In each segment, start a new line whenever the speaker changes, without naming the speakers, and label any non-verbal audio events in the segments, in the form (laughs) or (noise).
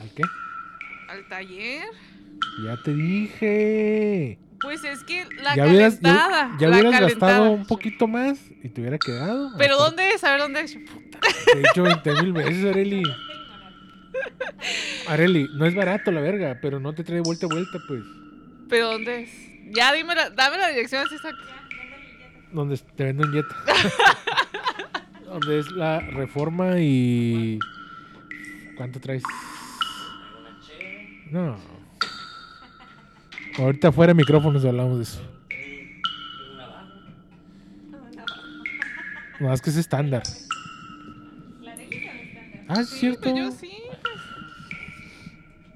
¿Al qué?
¿Al taller?
Ya te dije.
Pues es que la
ya hubieras, ya-
calentada.
ya
la
hubieras
calentada.
gastado un poquito más y te hubiera quedado.
¿Pero
Ah,
dónde es? A ver, ¿dónde es?
Te he dicho 20 mil veces, Areli. Areli, no es barato la verga, pero no te trae vuelta a vuelta, pues.
¿Pero dónde es? Ya, dime la, dame la dirección así exacta.
Donde es- te
(laughs)
venden Jetta. Donde es la reforma y. ¿Cuánto traes? No. Ahorita fuera de micrófonos hablamos de eso. No, es que es estándar. Ah, es cierto.
Pues yo sí.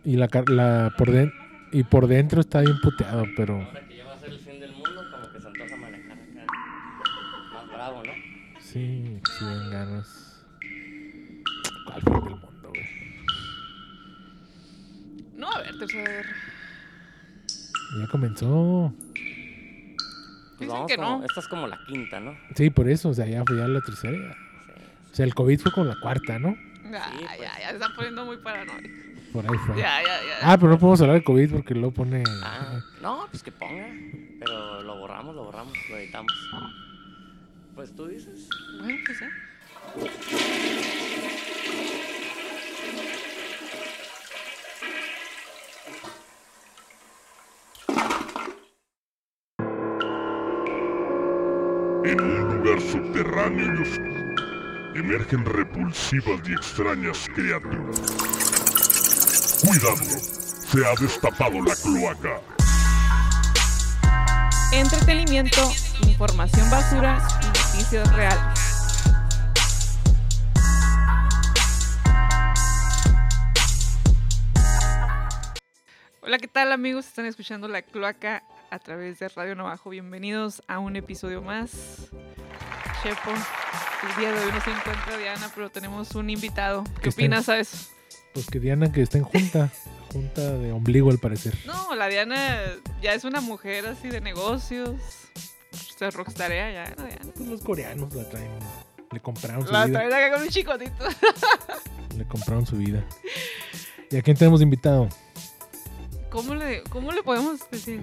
Y la, car- la por den- y por dentro está bien puteado, pero
Ahora que ya va a ser el fin del mundo, como que se antoja manejar acá. Más bravo, ¿no?
sí, sí dan ganas. ¿Cuál fue el del mundo, güey?
No, a ver, tercera guerra.
Ya comenzó.
Dicen
Pues vamos
que
como-
no.
Esta es como la quinta, ¿no?
Sí, por eso, o sea, ya fue ya la tercera.
Sí.
O sea, el COVID fue con la cuarta, ¿no?
Ah, Ya,
Sí, pues.
ya, ya, se están poniendo muy paranoicos.
Por ahí fue.
Ya, ya, ya.
Ah, pero no podemos hablar del COVID porque luego pone...
Ah, no, pues que ponga. Pero lo borramos, lo borramos, lo editamos. Pues tú dices.
Bueno, pues ya.
En un lugar subterráneo y oscuro emergen repulsivas y extrañas criaturas. Cuidado, se ha destapado la cloaca.
Entretenimiento, información basura y noticias reales. Hola, ¿qué tal amigos? Están escuchando La Cloaca a través de Radio Navajo. Bienvenidos a un episodio más. Chepo, el día de hoy no se encuentra Diana, pero tenemos un invitado. ¿Qué
Que está en-
opinas a eso?
Pues que Diana que está en junta. Junta de ombligo al parecer.
No, la Diana ya es una mujer así de negocios. Se rockstarea ya, la Diana.
Pues los coreanos la traen. Le compraron su
La
vida.
traen acá con un chicotito.
Le compraron su vida. ¿Y a quién tenemos de invitado?
(laughs) ¿Cómo le, ¿Cómo le podemos decir?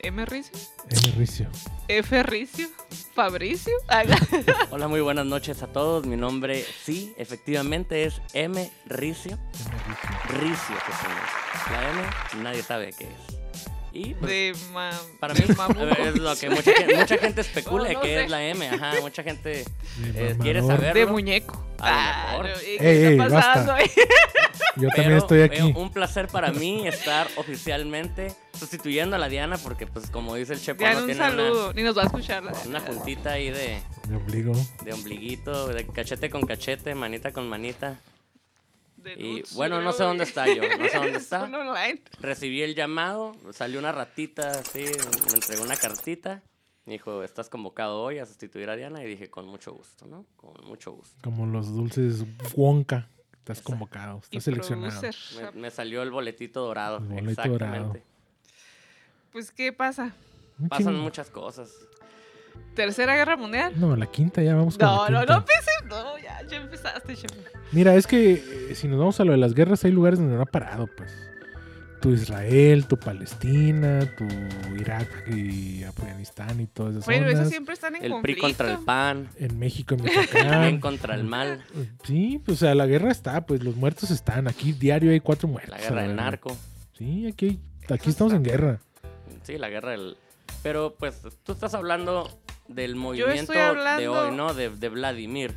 ¿M Ricio?
M. Ricio.
¿F Ricio? ¿Fabricio? Ah,
(laughs)
no.
Hola, muy buenas noches a todos. Mi nombre, sí, efectivamente es M. Ricio.
M. Ricio.
Ricio, que se llama. La M, nadie sabe qué es. Y pues,
De ma...
para mí
(laughs) de mamujo.
(laughs) es lo que mucha, gente- mucha gente especula
(laughs) No, no
que
sé.
es la M. Ajá, mucha gente
De
eh, quiere
mamador.
De
saberlo.
muñeco. Ah,
A lo mejor.
¿y ¿Qué
Ey, ey,
está pasando?
Yo
Pero,
también estoy
eh,
aquí.
un placer para mí estar oficialmente sustituyendo a la Diana porque, pues, como dice el Chepo,
Diana,
no
un
tiene una-
saludo. Ni nos va a escuchar la
una,
Diana.
juntita ahí de,
De ombligo.
de ombliguito, de cachete con cachete, manita con manita.
De
Y,
nudes,
bueno,
yo
no sé
creo,
dónde
güey.
está yo,
(laughs)
no sé dónde está.
Solo online.
Recibí el llamado, salió una ratita así, me entregó una cartita. Me dijo, estás convocado hoy a sustituir a Diana. Y dije, con mucho gusto, ¿no? Con mucho gusto.
Como los dulces Wonka. Estás convocado.
Y
Estás seleccionado.
Me,
producer.
me salió el boletito dorado.
El boleto
exactamente.
dorado.
Pues, ¿qué pasa?
Un
Pasan
chingo.
muchas cosas.
¿Tercera guerra mundial?
No, la quinta ya vamos con
No,
la
no,
quinta.
no pues. empecé. No, ya, ya empezaste, Chepo.
Mira, es que eh, si nos vamos a lo de las guerras, hay lugares donde no ha parado, pues. Tu Israel, tu Palestina, tu Irak y Afganistán y todas esas
Bueno, esos
zonas.
siempre están en
El PRI
conflicto.
contra el PAN,
En México,
(laughs)
en
el bien
Michoacán.
contra el mal,
Sí, pues, o sea, la guerra está, pues los muertos están. Aquí diario hay cuatro muertos.
la
a
guerra del
verga.
narco.
Sí, aquí, hay- aquí estamos en guerra.
Sí, la guerra del... Pero pues tú estás hablando del movimiento de
hablando-
hoy, ¿no? De, de Vladimir.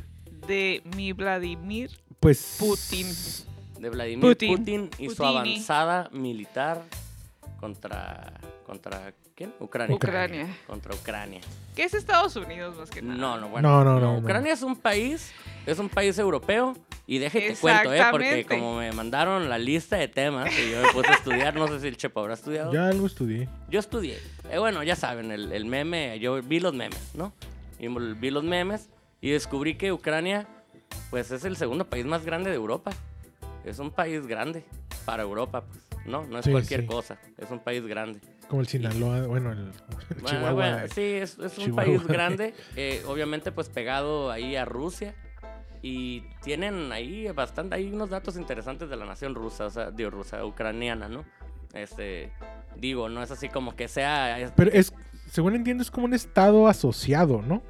de mi Vladimir
Pues.
Putin.
De Vladimir
Putin.
Putin, y su
Putini.
avanzada militar contra... ¿Contra quién? Ucrania.
Ucrania.
(laughs) Contra Ucrania.
¿Qué es Estados Unidos más que nada?
No, no,
No,
bueno.
no, no, no.
Ucrania es un país, es un país europeo. Y déjate cuento, ¿eh? Porque
Exactamente.
como me mandaron la lista de temas y yo me puse a estudiar, no sé si el Chepo habrá estudiado.
Ya algo estudié.
Yo estudié. Eh, bueno, ya saben, el, el meme, yo vi los memes, ¿no? Y mo- vi los memes y descubrí que Ucrania, pues es el segundo país más grande de Europa. Es un país grande para Europa, pues. No, no es
Sí,
cualquier
sí.
cosa. Es un país grande.
Como el Sinaloa, bueno, el, el
Bueno,
Chihuahua.
bueno,
de-
sí, es, es
(laughs)
un
Chihuahua.
país grande. eh, obviamente, pues pegado ahí a Rusia. Y tienen ahí bastante, hay unos datos interesantes de la nación rusa, o sea, digo, rusa, ucraniana, ¿no? Este, digo, no es así como que sea... es-
Pero es, según entiendo, es como un estado asociado, ¿no?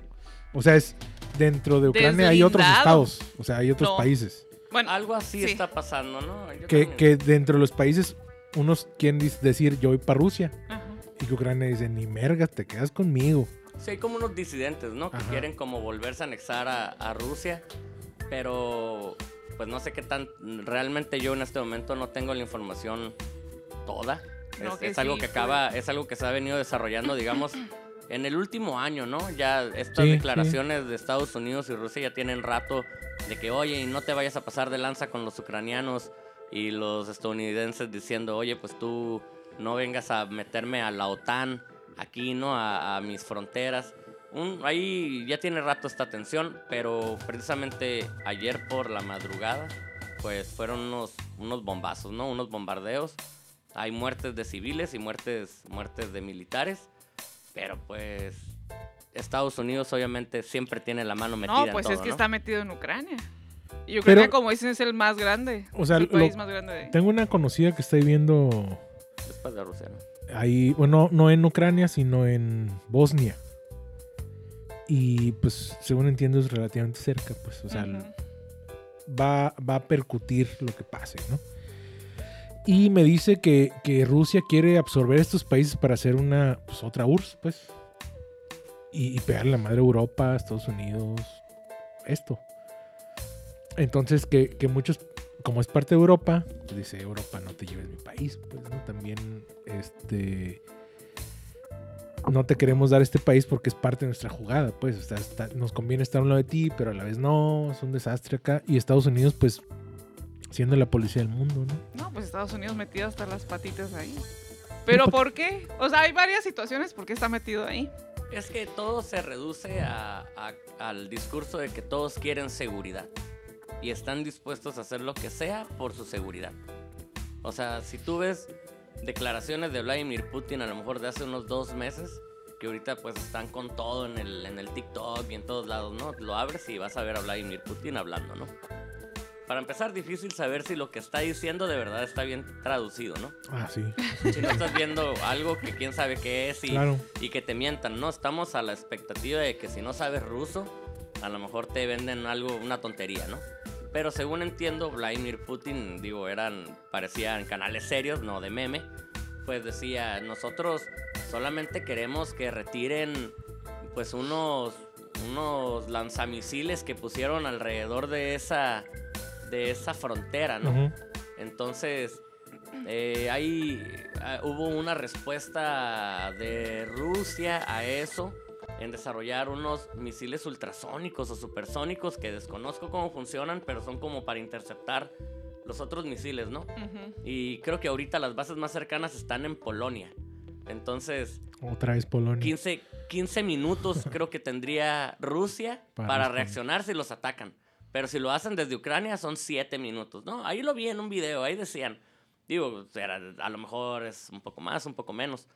O sea, es dentro de Ucrania hay otros
Deslindado.
estados, o sea, hay otros
No.
países.
Bueno,
algo así
sí.
está pasando, ¿no? Yo
Que,
también-
que dentro de los países, unos quieren dis- decir yo voy para Rusia
ajá.
y que Ucrania dice ni mergas, te quedas conmigo.
Sí, hay como unos disidentes, ¿no? Que
Ajá.
quieren como volverse a anexar a, a Rusia, pero pues no sé qué tan... Realmente yo en este momento no tengo la información toda.
No,
es
que
es algo
sí,
que
fue-
acaba, es algo que se ha venido desarrollando, digamos, en el último año, ¿no? Ya estas
Sí,
declaraciones de Estados Unidos y Rusia ya tienen rato de que, oye, y no te vayas a pasar de lanza con los ucranianos y los estadounidenses diciendo, oye, pues tú no vengas a meterme a la OTAN aquí, ¿no? A, a mis fronteras. Un- Mm, ahí ya tiene rato esta tensión, pero precisamente ayer por la madrugada, pues fueron unos, unos bombazos, ¿no? Unos bombardeos. Hay muertes de civiles y muertes, muertes de militares, pero pues Estados Unidos obviamente siempre tiene la mano metida
no, pues
en todo,
es que
¿no?
está metido en Ucrania. Y Ucrania,
Pero-
como dicen, es el más grande.
O sea,
el
lo-
país más grande de.
Tengo una conocida que está viviendo
Después de Rusia, ¿no?
ahí, bueno, no en Ucrania, sino en Bosnia. Y pues, según entiendo, es relativamente cerca, pues, o sea,
Ujú.
va, va a percutir lo que pase, ¿no? Y me dice que, que Rusia quiere absorber estos países para hacer una, pues, otra URSS, pues. Y, y pegarle la madre a Europa, Estados Unidos, esto. Entonces, que, que muchos, como es parte de Europa, pues, dice Europa, no te lleves mi país, pues, ¿no? También, este... No te queremos dar este país porque es parte de nuestra jugada, pues. o sea, está- nos conviene estar a un lado de ti, pero a la vez no, es un desastre acá. Y Estados Unidos, pues, siendo la policía del mundo, ¿no?
No, pues Estados Unidos metido hasta las patitas ahí. ¿Pero por qué? O sea, hay varias situaciones por qué está metido ahí.
Es que todo se reduce a- a- al discurso de que todos quieren seguridad y están dispuestos a hacer lo que sea por su seguridad. O sea, si tú ves declaraciones de Vladimir Putin a lo mejor de hace unos dos meses, que ahorita pues están con todo en el, en el TikTok y en todos lados, ¿no? Lo abres y vas a ver a Vladimir Putin hablando, ¿no? Para empezar, difícil saber si lo que está diciendo de verdad está bien traducido, ¿no?
Ah, sí.
Si no estás viendo algo que quién sabe qué es y
Claro.
y que te mientan, ¿no? Estamos a la expectativa de que si no sabes ruso, a lo mejor te venden algo, una tontería, ¿no? Pero según entiendo, Vladimir Putin, digo, eran, parecían canales serios, no de meme, pues decía, nosotros solamente queremos que retiren, pues, unos, unos lanzamisiles que pusieron alrededor de esa, de esa frontera, ¿no?
Ujú.
Entonces, eh, ahí ah, hubo una respuesta de Rusia a eso en desarrollar unos misiles ultrasónicos o supersónicos que desconozco cómo funcionan, pero son como para interceptar los otros misiles, ¿no?
Ujú.
Y creo que ahorita las bases más cercanas están en Polonia. Entonces,
Otra vez Polonia.
15, 15 minutos creo que tendría Rusia
Para
para,
responder.
reaccionar si los atacan. Pero si lo hacen desde Ucrania son 7 minutos. No, ahí lo vi en un video, ahí decían. Digo, era- a lo mejor es un poco más, un poco menos.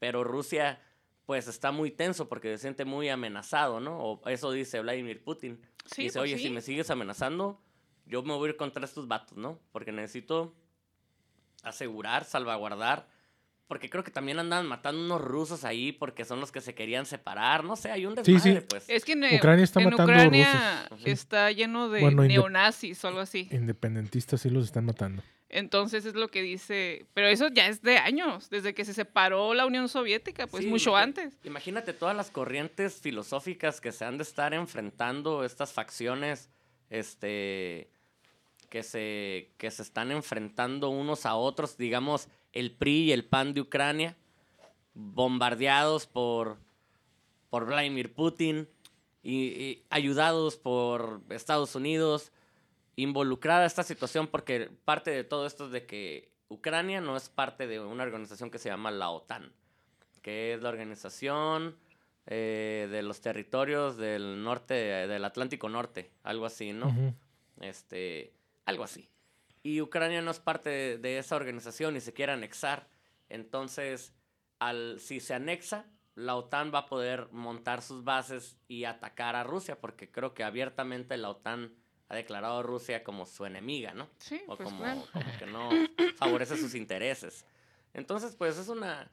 Pero Rusia pues está muy tenso porque se siente muy amenazado, ¿no? O eso dice Vladimir Putin.
Sí,
dice,
pues
oye,
sí.
si me sigues amenazando, yo me voy a ir contra estos vatos, ¿no? Porque necesito asegurar, salvaguardar. Porque creo que también andaban matando unos rusos ahí porque son los que se querían separar. No sé, hay un
Sí,
desmadre,
sí.
pues.
Es que en, eh,
Ucrania está
en
matando
Ucrania
rusos. Ujú.
está lleno de
Bueno, inde-
neonazis o algo así.
Independentistas sí los están matando.
Entonces es lo que dice. Pero eso ya es de años, desde que se separó la Unión Soviética, pues
Sí,
mucho
imagi-
antes.
Imagínate todas las corrientes filosóficas que se han de estar enfrentando estas facciones, este, que se, que se están enfrentando unos a otros, digamos, el PRI y el PAN de Ucrania, bombardeados por, por Vladimir Putin y, y ayudados por Estados Unidos, involucrada esta situación porque parte de todo esto es de que Ucrania no es parte de una organización que se llama la OTAN que es la organización eh, de los territorios del norte, del Atlántico Norte, algo así, ¿no?
Ujú.
este, algo así. Y Ucrania no es parte de, de esa organización y se quiere anexar. Entonces, al, si se anexa, la OTAN va a poder montar sus bases y atacar a Rusia, porque creo que abiertamente la OTAN ha declarado a Rusia como su enemiga, ¿no?
Sí,
o
pues
como,
claro.
como que no favorece sus intereses. Entonces, pues es una,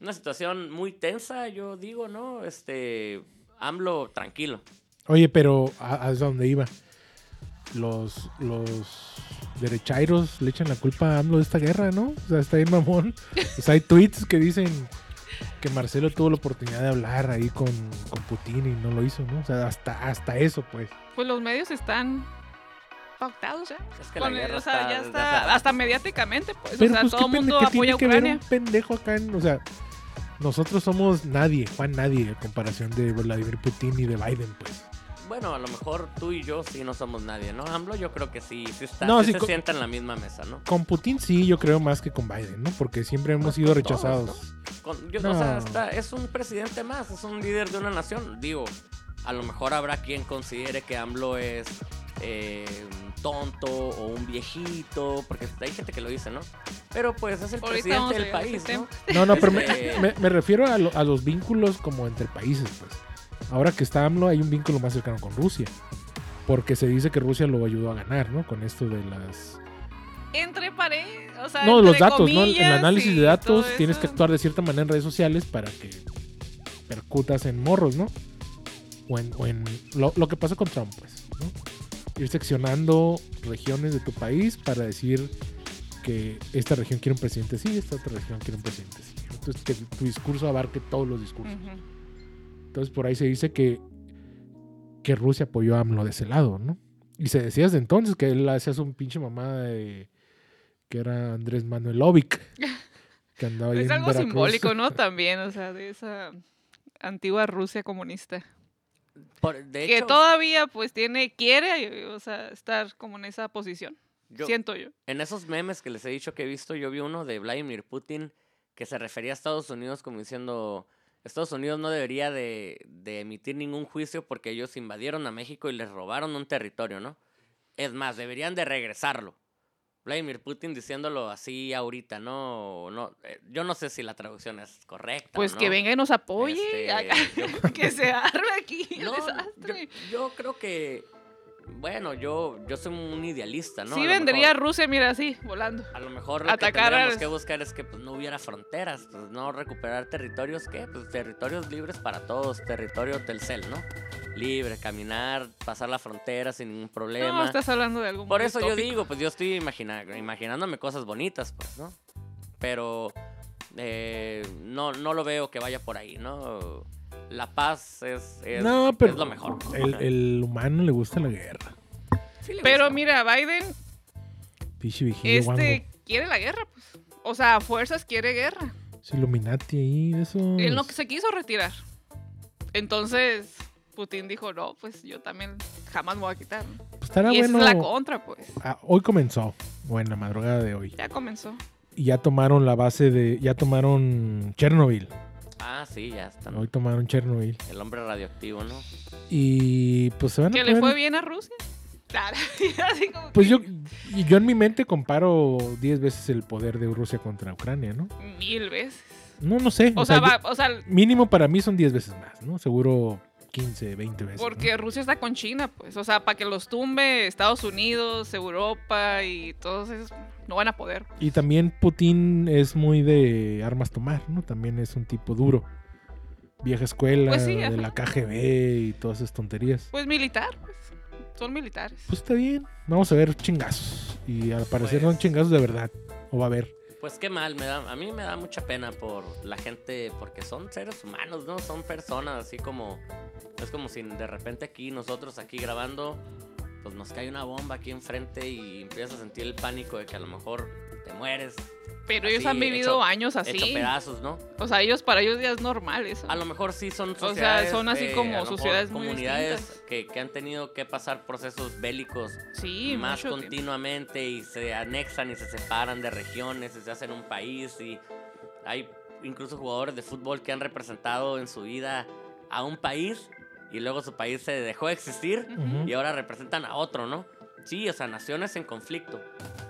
una situación muy tensa, yo digo, ¿no? Este, AMLO tranquilo.
Oye, pero a, a dónde iba. Los, los derechairos le echan la culpa a AMLO de esta guerra, ¿no? O sea, está bien mamón.
(laughs)
O sea, hay tweets que dicen que Marcelo tuvo la oportunidad de hablar ahí con, con Putin y no lo hizo, ¿no? O sea, hasta, hasta eso, pues.
Pues los medios están pautados ya.
Es que la
Con-
guerra
o sea, ya
está, desde
está,
hace rato.
hasta mediáticamente, pues.
Pero
o sea,
pues,
todo
¿qué
el
pende-
mundo
qué
apoya a
tiene que ver
Ucrania.
un pendejo acá en, o sea, nosotros somos nadie, Juan nadie, en comparación de Vladimir Putin y de Biden, pues.
Bueno, a lo mejor tú y yo sí no somos nadie, ¿no? AMLO yo creo que sí, sí, está,
No,
sí
sí,
se
co-
sienta en la misma mesa, ¿no?
Con Putin sí, yo creo más que con Biden, ¿no? Porque siempre hemos sido
con
rechazados.
todos, Con- yo- o sea,
No.
está- es un presidente más, es un líder de una nación. Digo, a lo mejor habrá quien considere que AMLO es eh, un tonto o un viejito, porque hay gente que lo dice, ¿no? Pero pues es el
Ahorita vamos a
presidente del
llegar a ese
país, ¿no?
No, no, pero me,
Este-
me- me refiero a, lo- a los vínculos como entre países, pues. Ahora que está AMLO, hay un vínculo más cercano con Rusia. Porque se dice que Rusia lo ayudó a ganar, ¿no? Con esto de las...
Entre paredes, o sea,
No,
entre
los datos, ¿no? El
comillas
análisis
y
de datos,
todo
tienes
eso.
que actuar de cierta manera en redes sociales para que percutas en morros, ¿no? O en... o en- lo, lo que pasa con Trump, pues, ¿no? Ir seccionando regiones de tu país para decir que esta región quiere un presidente así, esta otra región quiere un presidente así. Entonces, que tu discurso abarque todos los discursos.
Ujú.
Entonces por ahí se dice que, que Rusia apoyó a AMLO de ese lado, ¿no? Y se decía desde entonces que él hacía su pinche mamada de que era
(laughs)
Andrés Manuelovic. Que andaba ahí
Es
en
algo
Veracruz.
simbólico,
(laughs)
¿no? También, o sea, de esa antigua Rusia comunista.
Por- de
que
hecho,
todavía, pues, tiene, quiere, o sea, estar como en esa posición.
yo-
Siento yo.
en esos memes que les he dicho que he visto, yo vi uno de Vladimir Putin que se refería a Estados Unidos como diciendo... Estados Unidos no debería de, de emitir ningún juicio porque ellos invadieron a México y les robaron un territorio, ¿no? Es más, deberían de regresarlo. Vladimir Putin diciéndolo así ahorita, ¿no? no eh, yo no sé si la traducción es correcta.
Pues
o
que
no.
venga y nos apoye, (laughs)
Este,
acá,
yo-
que se arme aquí el
(laughs) No, yo,
desastre.
yo creo que, bueno, yo, yo soy un idealista, ¿no? A
sí
lo
vendría
mejor-
Rusia, mira, así, volando.
a lo mejor lo
Atacar a
que tendríamos
los-
que buscar es que pues, no hubiera fronteras, pues no recuperar territorios, ¿qué? Pues territorios libres para todos, territorios del CEL, ¿no? Libre, caminar, pasar la frontera sin ningún
No,
problema.
estás hablando de algo
Por
muy
eso yo
utópico.
digo, pues yo estoy imagina- imaginándome cosas bonitas, pues, ¿no? Pero eh, no, no lo veo que vaya por ahí, ¿no? La paz es, es-
No, pero
es lo mejor.
El, el humano le gusta la guerra.
Sí le
Pero
gusta.
mira, Biden
Pichi vigilio
este quiere la guerra, pues. O sea, a fuerzas quiere guerra.
Illuminati ahí, eso.
Él no se quiso retirar. Entonces, Putin dijo, no, pues yo también jamás me voy a quitar. ¿no?
Pues estará
y
bueno.
esa es la contra, pues.
Ah, hoy comenzó, o en la madrugada de hoy.
Ya comenzó.
Y ya tomaron la base de. Ya tomaron Chernobyl.
Ah, sí, ya está. ¿no?
Hoy tomaron Chernobyl.
El hombre radioactivo, ¿no?
Y pues se van a
Que le
poder-
fue bien a Rusia. (laughs) Claro, y así como
Pues
que,
yo, y yo en mi mente comparo 10 veces el poder de Rusia contra Ucrania, ¿no?
Mil veces.
No, no sé.
O sea,
yo-
va, o sea,
mínimo para mí son 10 veces más, ¿no? Seguro 15, 20 veces.
porque Rusia está con China, pues. O sea, para que los tumbe Estados Unidos, Europa y todos esos, no van a poder.
¿no? Y también Putin es muy de armas tomar, ¿no? También es un tipo duro. Vieja escuela,
Pues sí,
de
ajá.
la KGB y todas esas tonterías.
Pues militar, pues. Son militares.
Pues está bien. Vamos a ver chingazos. Y al parecer
Pues-
son chingazos de verdad. O va a haber.
Pues qué mal, me da, a mí me da mucha pena por la gente, porque son seres humanos, ¿no? Son personas, así como... Es como si de repente aquí, nosotros aquí grabando, pues nos cae una bomba aquí enfrente y empiezas a sentir el pánico de que a lo mejor te mueres,
Pero
Así,
ellos han vivido
hecho-
años así.
hecho pedazos, ¿no?
O sea, ellos para ellos ya es normal eso.
A lo mejor sí son
sea,
sociedades...
son así
de, a
como
lo mejor
sociedades muy
Comunidades
distintas.
que, que han tenido que pasar procesos bélicos
Sí,
más
mucho tiempo.
continuamente y se anexan y se separan de regiones y se hacen un país y hay incluso jugadores de fútbol que han representado en su vida a un país y luego su país se dejó de existir
Ujú.
y ahora representan a otro, ¿no? Sí, o sea, naciones en conflicto,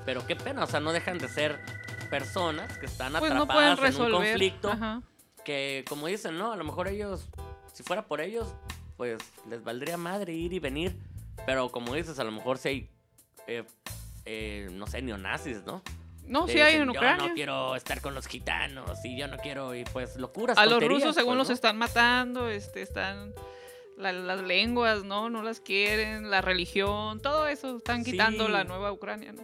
pero qué pena, o sea, no dejan de ser personas que están
Pues no pueden
atrapadas en un
resolver.
conflicto
Ajá.
que como dicen, ¿no? A lo mejor ellos, si fuera por ellos, pues les valdría madre ir y venir. Pero como dices, a lo mejor si hay, eh, eh, no sé, neonazis, ¿no?
No,
Que
sí hay
dicen,
en Ucrania.
Yo no quiero estar con los gitanos y yo no quiero, y pues locuras.
a los
tonterías,
rusos según
pues,
los
¿no?
están matando, este, están la- las lenguas, ¿no? No las quieren, la religión, todo eso están
Sí.
quitando la nueva Ucrania, ¿no?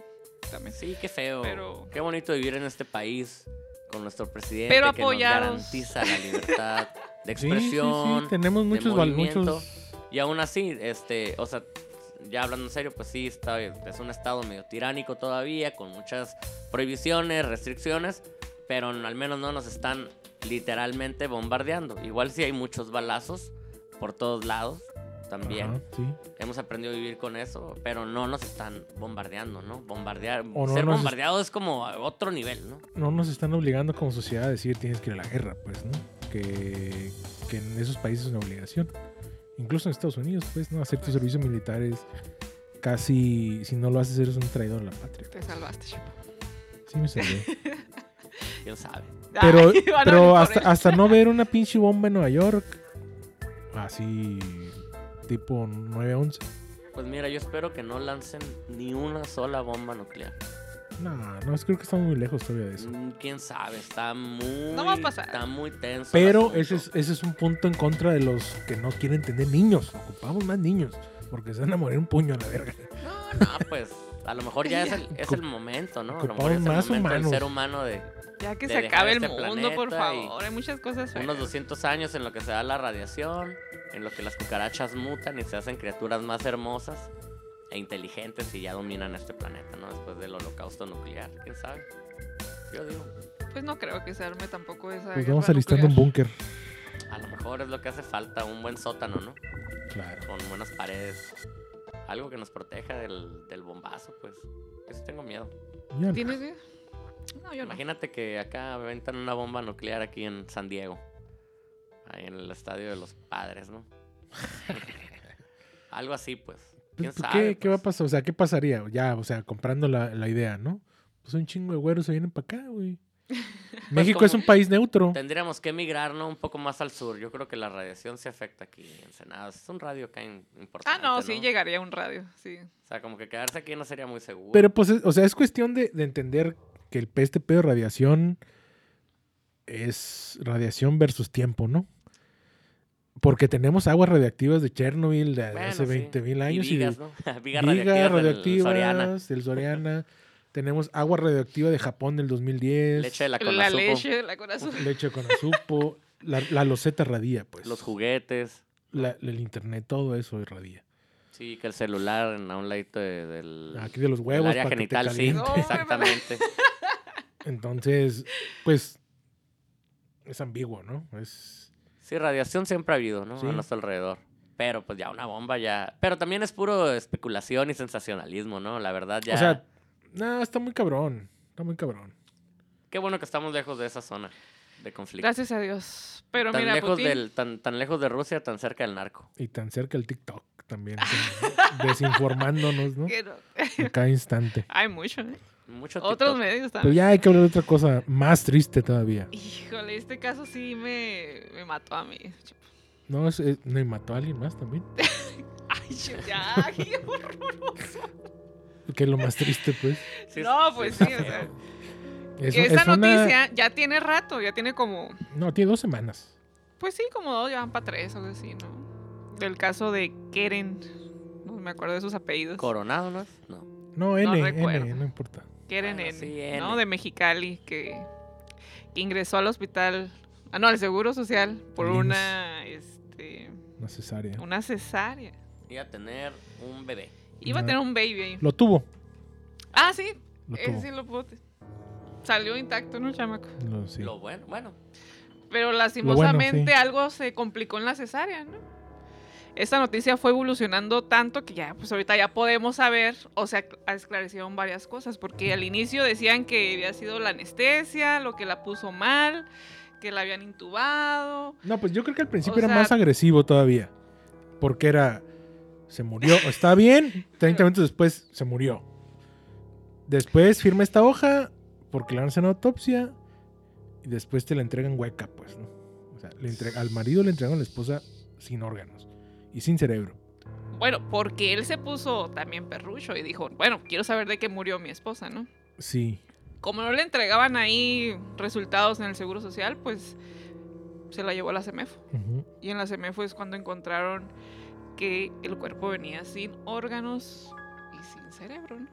También.
Sí, qué feo.
Pero-
Qué bonito vivir en este país con nuestro presidente
Pero
que nos
apoyaros.
garantiza la libertad de
(laughs) Sí, sí, sí,
expresión.
tenemos
de
muchos val-
movimiento.
muchos-
Y aún así, este, o sea, ya hablando en serio, pues sí, está, es un estado medio tiránico todavía, con muchas prohibiciones, restricciones, pero al menos no nos están literalmente bombardeando. Igual sí hay muchos balazos por todos lados también.
Ajá, sí.
Hemos aprendido a vivir con eso, pero no nos están bombardeando, ¿no? Bombardear,
O no
ser
nos-
bombardeado es como a otro nivel, ¿no?
No nos están obligando como sociedad a decir tienes que ir a la guerra, pues, ¿no? Que, que en esos países es una obligación. Incluso en Estados Unidos, pues, ¿no? Hacer tu servicio militar es casi, si no lo haces, eres un traidor a la patria.
Te salvaste,
(laughs)
Chepo.
Sí
(laughs)
me salvé.
Quién sabe.
Pero,
Ay, (laughs) van a venir
pero
por
hasta,
él.
hasta no
(laughs)
ver una pinche bomba en Nueva York, así tipo 9-11.
Pues mira, yo espero que no lancen ni una sola bomba nuclear.
No, no, es- creo que estamos muy lejos todavía de eso.
Mm, Quién sabe, está muy.
No va a pasar.
Está muy tenso. el
Pero
asunto.
ese es, ese es un punto en contra de los que no quieren tener niños. Ocupamos más niños, porque se van a morir un puño a la verga.
No, no, pues. A lo mejor ya es el, es el momento, ¿no? A lo
Ocupamos
mejor es el
más
momento del
humanos.
ser humano de
Ya que
de
se
dejar
acabe el
este
mundo, por
planeta y
favor. Hay muchas cosas feas.
unos 200 años en lo que se da la radiación, en lo que las cucarachas mutan y se hacen criaturas más hermosas e inteligentes y ya dominan este planeta, ¿no? Después del holocausto nuclear, quién sabe. Yo digo,
Pues no creo que se arme tampoco esa.
Pues
guerra
vamos alistando un
nuclear.
búnker.
a lo mejor es lo que hace falta, un buen sótano, ¿no?
Claro.
Con buenas paredes. Algo que nos proteja del, del bombazo, pues. Eso tengo miedo.
Ya no.
¿Tienes miedo? No, yo no.
Imagínate que acá aventan una bomba nuclear aquí en San Diego. Ahí en el estadio de los
(laughs)
padres, ¿no? Algo así, pues. ¿Quién
Pues, ¿qué-
sabe?
¿Qué, va a
pues?
pasar? O sea, ¿qué pasaría? Ya, o sea, comprando la, la idea, ¿no? Pues un chingo de güeros se vienen para acá,
(laughs)
güey. México es
Pues, como-
un país neutro.
Tendríamos que emigrar, ¿no? Un poco más al sur. Yo creo que la radiación se afecta aquí en Senados. Es un radio acá in-
Ah,
importante.
no, sí, llegaría un radio, sí.
O sea, como que quedarse aquí no sería muy seguro.
Pero pues, es- o sea, es cuestión de, de entender que el este pedo de radiación es radiación versus tiempo, ¿no? Porque tenemos aguas radiactivas de Chernobyl de
Bueno,
hace
sí.
20.000 años
Y
y, de
vigas, ¿no? (laughs) vigas
vigas
radioactivas del
radioactivas
Soriana.
del Soriana. tenemos agua radioactiva de Japón del 2010.
Leche de la
La
Conazupo.
leche de la corazón.
leche con azupo. la, la loseta radia, pues.
Los juguetes.
La- el internet, todo eso irradia.
Sí, que el celular en- a un ladito de- del...
Aquí de los
El
huevos.
área
para Ah, que te
genital, sí,
caliente.
(laughs) No, hombre,
exactamente.
Entonces, pues, es ambiguo, ¿no? Es...
Sí, radiación siempre ha habido, ¿no?
Sí.
A nuestro alrededor. Pero pues ya una bomba ya... Pero también es puro especulación y sensacionalismo, ¿no? La verdad ya...
O sea, no, está muy cabrón. Está muy cabrón.
Qué bueno que estamos lejos de esa zona de conflicto.
Gracias a Dios. Pero
tan,
mira,
lejos
Putin,
del, tan, tan lejos de Rusia, tan cerca del narco.
Y tan cerca el TikTok también.
(laughs)
como desinformándonos, ¿no?
que no-
En cada instante.
Hay mucho, ¿eh.
Mucho
Otros
TikTok.
medios
Pero
también.
ya hay que hablar de otra cosa más triste todavía.
Híjole, este caso sí me, me mató a mí.
No, es, es- no, y mató a alguien más también.
Ay, ya, qué horror.
(laughs)
Que es lo más triste, pues.
Sí,
No, pues sí,
está
o sea,
feo.
Es,
que esta
es una-
noticia ya tiene rato, ya tiene como,
No, tiene dos semanas.
pues sí, como dos, ya van para tres o algo así, ¿no? Del caso de Keren, no me acuerdo de sus apellidos.
Coronado, ¿no? es? No.
No, N,
recuerdo.
N, no importa.
Keren
Bueno,
en-
sí, N.
¿no? De Mexicali, que, que ingresó al hospital, ah, no, al Seguro Social, por
Al IMSS.
una, este,
Una cesárea.
una cesárea.
Iba a tener un bebé.
Iba a
Una-
tener un baby ahí.
Lo tuvo.
Ah, sí,
Lo
ese
tuvo.
sí lo puedo. Salió intacto, ¿no, chamaco?
Lo- sí.
Lo bueno, bueno.
Pero lastimosamente algo se complicó en la cesárea, ¿no? Esta noticia fue evolucionando tanto que ya, pues ahorita ya podemos saber, o sea, esclarecieron varias cosas, porque al inicio decían que había sido la anestesia, lo que la puso mal, que la habían intubado.
No, pues yo creo que al principio
O
era
sea-
más agresivo todavía. Porque era.
(laughs)
Se murió. Está bien. 30 minutos después se murió. Después firma esta hoja. Porque le hacen autopsia. Y después te la entregan hueca, pues, ¿no? O sea, le entre- al marido le entregan a la esposa sin órganos y sin cerebro.
Bueno, porque él se puso también perrucho y dijo, bueno, quiero saber de qué murió mi esposa, ¿no?
Sí.
Como no le entregaban ahí resultados en el Seguro Social, pues se la llevó a la CEMEFO.
Ujú.
Y en la CEMEFO es cuando encontraron que el cuerpo venía sin órganos y sin cerebro, ¿no?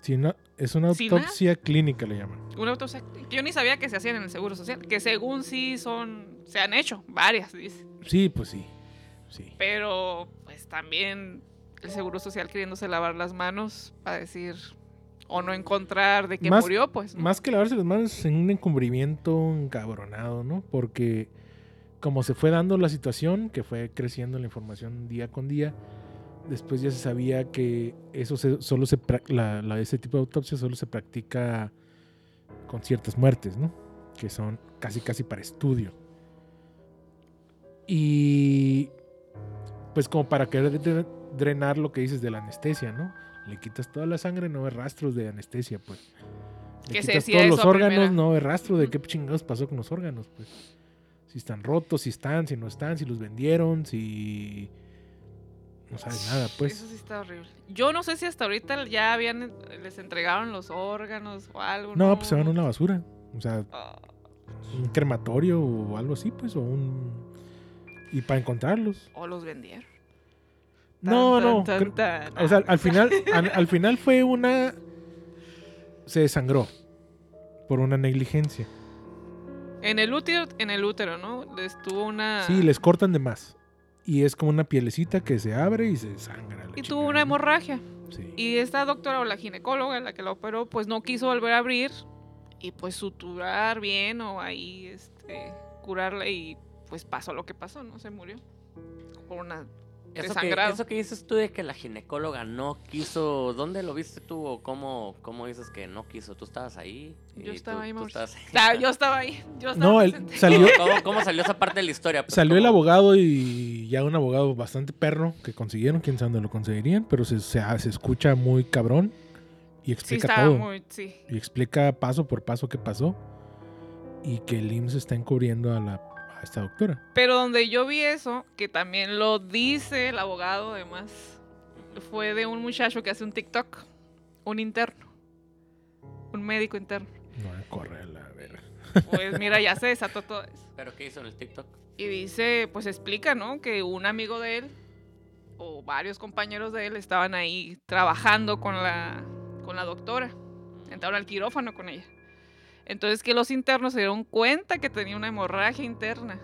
Sí, no- es una
¿Sí, nada?
autopsia clínica, le llaman.
Una autopsia que yo ni sabía que se hacían en el Seguro Social, que según sí son, se han hecho varias, dice.
Sí, pues sí. Sí.
Pero pues también el Seguro Social queriéndose lavar las manos para decir o no encontrar de qué
Más-
murió, pues. ¿no?
Más que lavarse las manos en un encubrimiento encabronado, ¿no? Porque como se fue dando la situación, que fue creciendo la información día con día, después ya se sabía que eso se- solo se pra- la, la- ese tipo de autopsia solo se practica con ciertas muertes, ¿no? Que son casi casi para estudio. Y pues como para querer dre- drenar lo que dices de la anestesia, ¿no? Le quitas toda la sangre, no hay rastros de anestesia, pues. Le
Que se
quitas
decía
todos
eso
los
a
órganos,
primera.
no hay rastro de
Ujú.
qué chingados pasó con los órganos, pues. Si están rotos, si están, si no están, si los vendieron, si... No sabes nada,
Eso
pues.
sí está horrible. Yo no sé si hasta ahorita ya habían les entregaron los órganos o algo.
No, pues se van a una basura. O sea,
Ah,
un crematorio o algo así, pues, o un... Y para encontrarlos.
O los vendieron.
No,
Tan,
no.
tan,
cre-
tan, tan.
O sea,
(laughs)
al final, al, al final fue una... Se desangró por una negligencia.
en el útero, en el útero, ¿no? Estuvo una
Sí, les cortan de más. Y es como una pielecita que se abre y se desangra. la
y
chingada,
tuvo una
¿no?
hemorragia.
Sí.
Y esta doctora o la ginecóloga, la que la operó, pues no quiso volver a abrir y pues suturar bien o ahí este, curarla y pues pasó lo que pasó, ¿no? Se murió. Por una...
Eso que,
Desangrado.
eso que dices tú de que la ginecóloga no quiso, ¿dónde lo viste tú o cómo, cómo dices que no quiso? ¿Tú estabas ahí?
Yo
Y tú-
estaba ahí,
tú
Mauricio.
estabas ahí.
Ah, yo estaba ahí. Yo estaba
No, él
presente. (laughs)
salió,
¿Cómo, cómo salió esa parte de la historia? Pues,
Salió el
¿cómo?
abogado y ya un abogado bastante perro que consiguieron, quién sabe dónde lo conseguirían, pero se, se, se escucha muy cabrón y
Sí,
explica
estaba
todo.
muy... Sí.
Y explica paso por paso qué pasó y que el IMSS está encubriendo a, la, a esta doctora.
Pero donde yo vi eso, que también lo dice el abogado además, fue de un muchacho que hace un TikTok, un interno, un médico interno.
No, corre a la verga.
Pues mira, ya se desató todo eso.
¿Pero qué hizo en el TikTok?
Y dice, pues explica, ¿no? Que un amigo de él o varios compañeros de él estaban ahí trabajando con la, con la doctora. Entraron al quirófano con ella. Entonces que los internos se dieron cuenta que tenía una hemorragia interna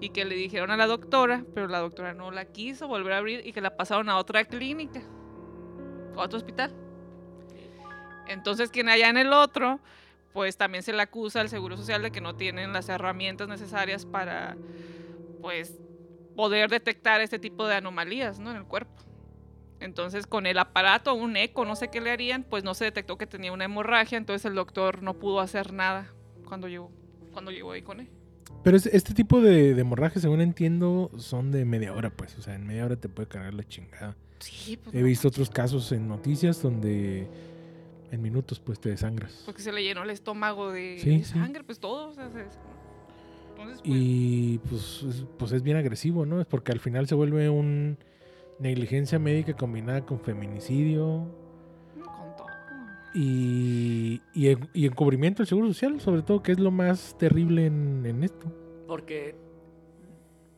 y que le dijeron a la doctora, pero la doctora no la quiso volver a abrir y que la pasaron a otra clínica, a otro hospital. Entonces quien allá en el otro, pues también se le acusa al Seguro Social de que no tienen las herramientas necesarias para, pues, poder detectar este tipo de anomalías, ¿no? En el cuerpo. Entonces, con el aparato, un eco, no sé qué le harían, pues no se detectó que tenía una hemorragia, entonces el doctor no pudo hacer nada cuando llegó, cuando llegó ahí con él.
Pero es- este tipo de, de hemorragias, según entiendo, son de media hora, pues. O sea, en media hora te puede cargar la chingada.
Sí, pues.
He
no,
visto otros casos en noticias donde en minutos, pues, te desangras.
Porque se le llenó el estómago de
Sí,
de
sí.
sangre, pues todo. o sea, se- Entonces, pues,
Y pues, es- pues es bien agresivo, ¿no? Es porque al final se vuelve un negligencia médica combinada con feminicidio
con todo.
y, y, en- y encubrimiento del seguro social, sobre todo, que es lo más terrible en, en esto.
Porque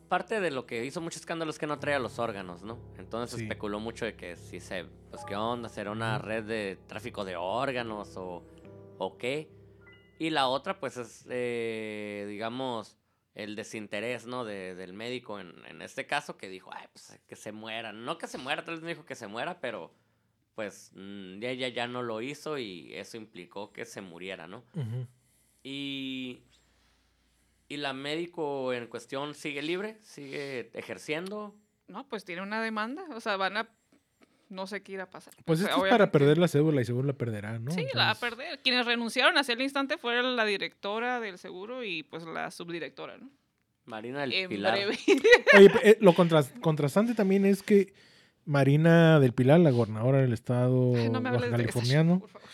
parte de lo que hizo mucho escándalo es que no traía los órganos, ¿no? Entonces se
Sí.
especuló mucho de que si se, pues qué onda, será una red de tráfico de órganos o, o qué. Y la otra, pues es, eh, digamos, el desinterés, ¿no? De- del médico en, en este caso que dijo, ay, pues que se muera. No que se muera, tal vez no dijo que se muera, pero pues mm, ya, ya, ya no lo hizo y eso implicó que se muriera, ¿no? Y, y la médico en cuestión sigue libre, sigue ejerciendo.
No, pues tiene una demanda. O sea, van a. No sé qué irá a pasar.
Pues
O sea,
esto es para
obviamente-
perder la cédula y seguro la perderá, ¿no?
Sí, la va a
Oh, Entonces,
perder. Quienes renunciaron hacia el instante fueron la directora del seguro y pues la subdirectora, ¿no?
Marina del
en
Pilar.
breve.
Oye, pe- eh, lo contras- contrastante también es que Marina del Pilar, la gobernadora del estado
Ay, (laughs) no me hables de esa,
californiano,
por favor.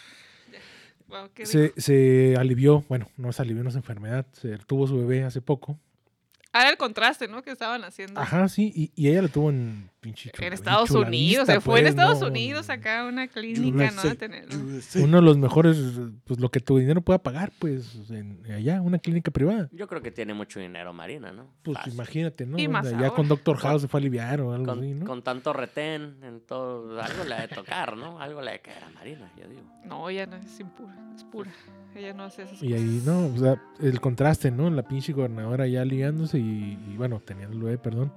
Ya. Bueno, ¿qué
se, se alivió, bueno, no se alivió, no es enfermedad, se tuvo su bebé hace poco
Ahora el contraste, ¿no? Que estaban haciendo.
Ajá, sí, y, y ella la tuvo en pinche chula-
Mm. En
bien
Estados
chulavista,
Unidos, se fue en
pues,
Estados
¿no?
Unidos acá a una clínica,
Chula-
¿no?
sí.
A tener-
Uno de los mejores, pues lo que tu dinero pueda pagar, pues en- allá, una clínica privada.
Yo creo que tiene mucho dinero Marina, ¿no?
Pues
Fácil.
imagínate, ¿no?
Y más
ya
ahora.
con Doctor House se fue a aliviar o algo
Con,
así, ¿no?
con tanto retén, en todo, algo le ha de tocar, ¿no? Algo le ha de caer a Marina, yo digo.
(laughs) No, ella no es impura, es pura. Ella no hace esas
Y ahí,
cosas.
no, o sea, el contraste, ¿no? La pinche gobernadora ya ligándose y, y, bueno, teniendo el bebé, perdón.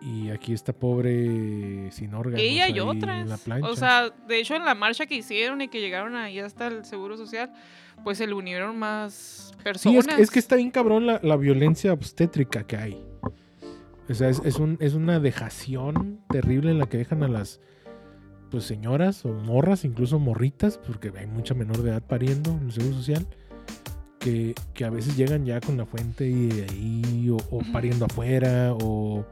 Y aquí esta pobre sin órganos.
Ella y
ahí en
otras.
la plancha.
o sea, de hecho en la marcha que hicieron y que llegaron ahí hasta el Seguro Social, pues se le unieron más
sí,
personas.
es, que- es que está bien cabrón la, la violencia obstétrica que hay. O sea, es, es un, es una dejación terrible en la que dejan a las pues señoras o morras, incluso morritas, porque hay mucha menor de edad pariendo en el seguro social, que, que a veces llegan ya con la fuente y de ahí, o, o
Ujú.
pariendo afuera, o,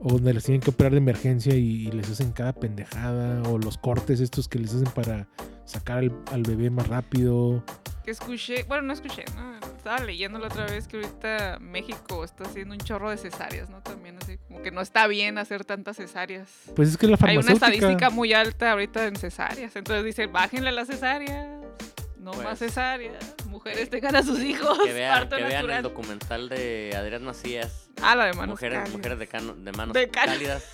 o donde les tienen que operar de emergencia y, y les hacen cada pendejada, o los cortes estos que les hacen para sacar al, al bebé más rápido.
que escuché, bueno, no escuché, ¿no? estaba leyendo la otra vez que ahorita México está haciendo un chorro de cesáreas, ¿no? También así, como que no está bien hacer tantas cesáreas.
Pues es que la
Hay una
farmacéutica...
estadística muy alta ahorita en cesáreas, entonces dicen, bájenle las cesáreas, no más
Pues.
cesáreas, mujeres tengan a sus hijos,
Que vean,
parto
que vean el
natural.
documental de Adrián Macías.
Ah, la de manos
mujeres
cálidas.
mujeres de, cano- de manos
De cal-
cálidas.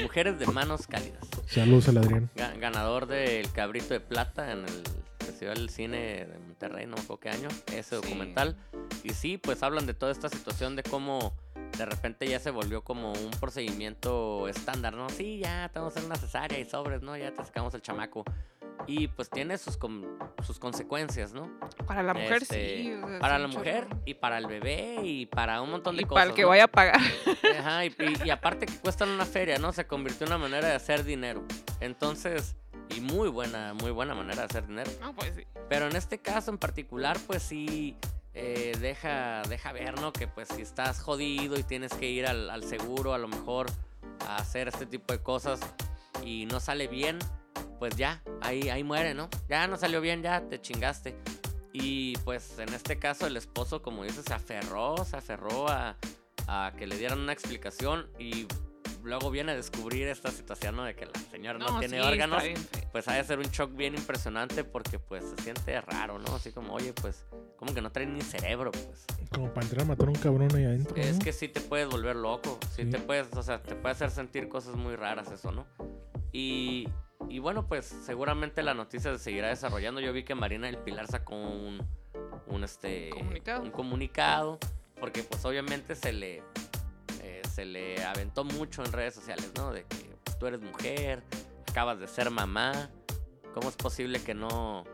Mujeres de manos cálidas.
Saludos al Adrián.
Ga- Ganador del Cabrito de Plata en el Festival del Cine de Monterrey, no me acuerdo qué año, ese
Sí.
documental. Y sí, pues hablan de toda esta situación de cómo de repente ya se volvió como un procedimiento estándar, ¿no? Sí, ya te vamos a hacer una cesárea y sobres, ¿no? Ya te sacamos el chamaco. Y pues tiene sus, con- sus consecuencias, ¿no?
Para la mujer,
Este,
sí. o sea,
para
es
la
Pues un
mujer
chorro.
y para el bebé y para un montón de
Y
cosas.
para el que
¿no?
vaya a
(laughs)
pagar.
Ajá, y, y- y aparte que cuestan una feria, ¿no? Se convirtió en una manera de hacer dinero. Entonces, y muy buena, muy buena manera de hacer dinero.
No, pues sí.
Pero en este caso en particular, pues sí, eh, deja, deja ver, ¿no? Que pues si estás jodido y tienes que ir al, al seguro a lo mejor a hacer este tipo de cosas y no sale bien, pues ya, ahí, ahí muere, ¿no? Ya no salió bien, ya te chingaste. Y pues en este caso el esposo, como dices, se aferró, se aferró a, a que le dieran una explicación y luego viene a descubrir esta situación, ¿no? De que la señora no, tiene
sí, está
órganos
bien feo.
pues ha de ser un shock bien impresionante porque pues se siente raro, ¿no? Así como, oye, pues, como que no traen ni cerebro, pues.
Como para entrar a matar a un cabrón ahí adentro.
Es
¿no?
que sí te puedes volver loco, sí,
Sí.
te puedes, o sea, te puede hacer sentir cosas muy raras eso, ¿no? Y, y bueno, pues seguramente la noticia se seguirá desarrollando. Yo vi que Marina del Pilar sacó un, un, este,
Comunicado.
un comunicado, porque pues obviamente se le, eh, se le aventó mucho en redes sociales, ¿no? De que pues, tú eres mujer, acabas de ser mamá, ¿cómo es posible que no,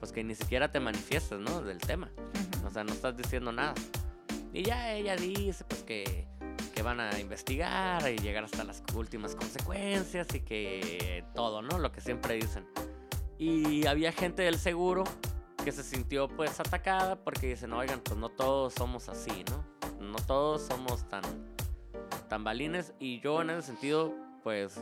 pues que ni siquiera te manifiestes, ¿no? Del tema.
Ujú.
O sea, no estás diciendo nada. Y ya ella dice pues que, que van a investigar y llegar hasta las últimas consecuencias y que todo, ¿no? Lo que siempre dicen. Y había gente del seguro que se sintió pues atacada porque dicen, oigan, pues no todos somos así, ¿no? No todos somos tan, tan balines. Y yo en ese sentido, pues,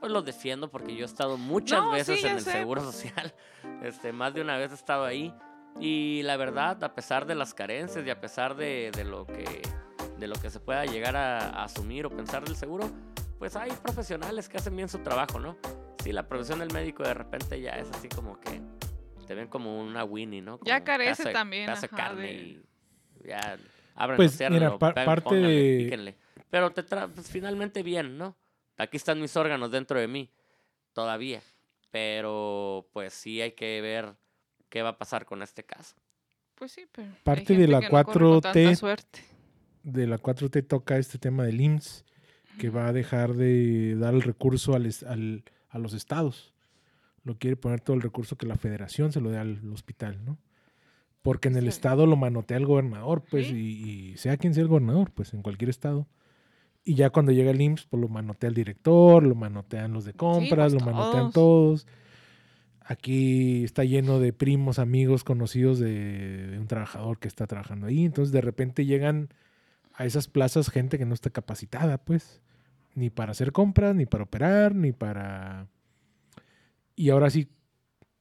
pues los defiendo porque yo he estado muchas
No, sí,
veces
ya
en el
sé.
seguro social. (laughs) Este, más de una vez he estado ahí. Y la verdad, a pesar de las carencias y a pesar de, de lo, que, de lo que se pueda llegar a, a asumir o pensar del seguro, pues hay profesionales que hacen bien su trabajo, ¿no? Sí, la profesión del médico de repente ya es así como que te ven como una Winnie, ¿no? Como
Ya
un
carece
pedazo de-
también,
pedazo de
ajá,
carne
de-
y ya ábranlo,
Pues,
ciérrenlo,
mira, par-
pe-
parte
pónganle,
de-
píquenle. Pero te tra- pues, finalmente bien, ¿no? Aquí están mis órganos dentro de mí, todavía. Pero pues sí hay que ver qué va a pasar con este caso.
Pues sí, pero. hay
Parte
gente
de la
que no corre con
4T.
tanta suerte.
De la 4T toca este tema del IMSS, que va a dejar de dar el recurso al, es- al- a los estados. Lo quiere poner todo el recurso que la federación se lo dé al hospital, ¿no? Porque en el
Sí.
estado lo manotea el gobernador, pues,
Sí.
y, y sea quien sea el gobernador, pues, en cualquier estado. Y ya cuando llega el IMSS, pues lo manotea el director, lo manotean los de compras,
pues,
lo manotean todos. Aquí está lleno de primos, amigos, conocidos de, de un trabajador que está trabajando ahí. Entonces de repente llegan a esas plazas gente que no está capacitada, pues, ni para hacer compras, ni para operar, ni para... Y ahora sí,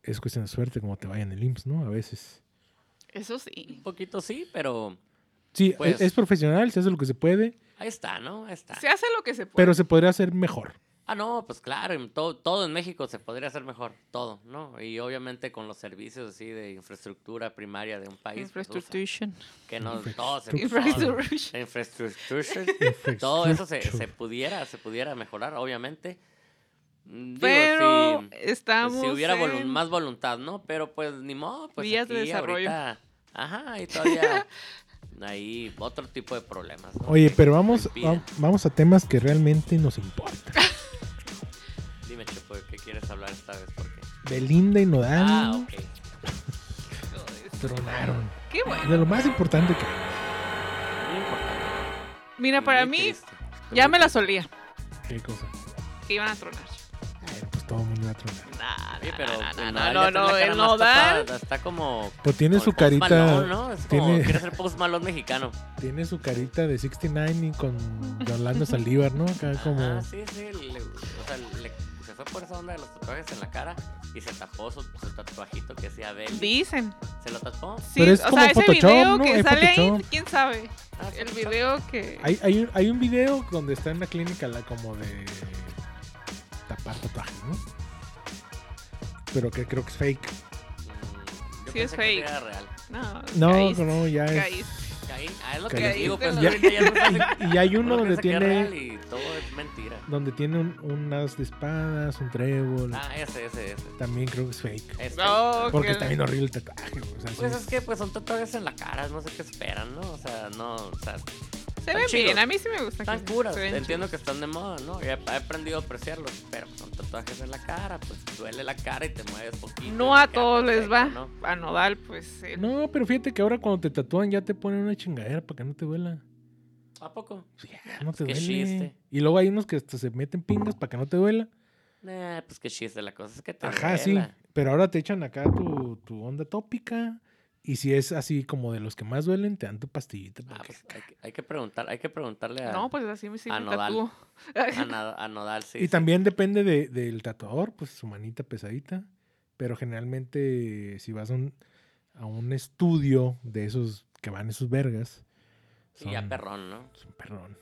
es cuestión de suerte como te vayan el IMSS, ¿no? A veces.
Eso sí.
Un poquito sí, pero
Sí,
Pues-
es, es profesional, se hace lo que se puede,
Ahí está, ¿no? Ahí está.
Se hace lo que se puede.
Pues
pero se podría hacer mejor.
Ah, no, pues claro, en todo, todo en México se podría hacer mejor, todo, ¿no? Y obviamente con los servicios así de infraestructura primaria de un país. pues, ufa,
Infrastructure.
que no todo se
Infraestructura.
todo, infraestructura, (laughs) todo eso se, se pudiera, se pudiera mejorar, obviamente. Mm, (laughs) digo,
Pero
si- pues,
estamos.
si hubiera volu-
en-
más voluntad, ¿no? Pero pues ni modo, pues
Vías de
aquí
desarrollo.
ahorita- ajá, y todavía hay otro tipo de problemas. ¿no?
Oye, pero vamos,
Impiden.
va- vamos a temas que realmente nos importan.
Dime, Chepo, ¿de ¿qué quieres hablar esta vez? Porque...
Belinda y Nodal
Ah, ok.
tronaron.
Qué bueno.
De lo más importante que hay.
Muy importante.
Mira, para
Muy
mí,
triste.
ya me la solía
¿Qué cosa?
que iban a tronar.
Ay, pues todo el mundo va a tronar.
Nah,
Sí,
nah,
pero
nah,
pues,
nah,
nada,
no,
ya
no, no,
tiene la cara
el
más
nodal.
tapada, Está como...
Pues tiene
como
su
el Post
carita.
Malone, ¿no? Es como,
tiene-
quiere ser Post Malone mexicano.
Tiene su carita de 69 y con Yolanda Saldívar, ¿no? Acá como.
Ah, sí, sí. le- o sea, le- se fue por esa onda de los tatuajes en la cara y se tapó su, su tatuajito que hacía Belly.
Dicen.
¿Se lo tapó?
Sí,
Pero es
o
como
sea, ese
Photoshop,
video
¿no?
que
Es
sale ahí,
Photoshop.
quién sabe.
Ah,
El
sí,
video que.
Hay, hay, un, hay un video donde está en la clínica la como de tapar tatuajes, ¿no? Pero que creo que es fake.
Mm, yo
Sí, es
pensé que
fake.
era real.
No,
No,
caíste,
no, ya es.
caíste.
Ahí, ah, es lo que
Caíste
les digo,
en
pues
la
ya, ya no se hace-
Y (laughs)
(laughs)
hay uno
uno
donde
piensa que es real
tiene,
y todo es mentira.
donde tiene un, un as de espadas, un trébol.
Ah, ese, ese, ese. Este.
También creo que es fake.
Es fake.
No,
Porque
que-
está bien horrible el tatuaje. O sea,
Pues
sí.
es que pues son tatuajes en la cara, no sé qué esperan, ¿no? O sea, no, o sea,
Se ven
chidos.
bien, a mí sí me gusta.
están
que
curas.
se ven
Entiendo que están de moda, ¿no? He, he aprendido a apreciarlos, pero son tatuajes en la cara, pues duele la cara y te mueves poquito. y
No a
queda
todos les
perfecto,
va.
¿no?
A Nodal, pues. él-
No, pero fíjate que ahora cuando te tatúan ya te ponen una chingadera para que no te duela.
¿A poco?
Pues ya, no te
Qué
duele.
chiste.
Y luego hay unos que hasta se meten pingas para que no te duela.
Nah, pues qué chiste, la cosa es que te
Ajá, sí.
duela.
Pero ahora te echan acá tu, tu onda tópica. Y si es así como de los que más duelen, te dan tu pastillita.
Ah,
para que-
pues hay, que- hay que preguntar, hay que preguntarle a,
No, pues así me sí
a
me
Nodal.
tatuó.
a, Nada- a Nodal, sí.
pues. y también depende de- del tatuador, pues su manita pesadita. Pero generalmente si vas a un, a un estudio de esos que van esos vergas.
Sí, ya
son-
perrón, ¿no?
Es un perrón.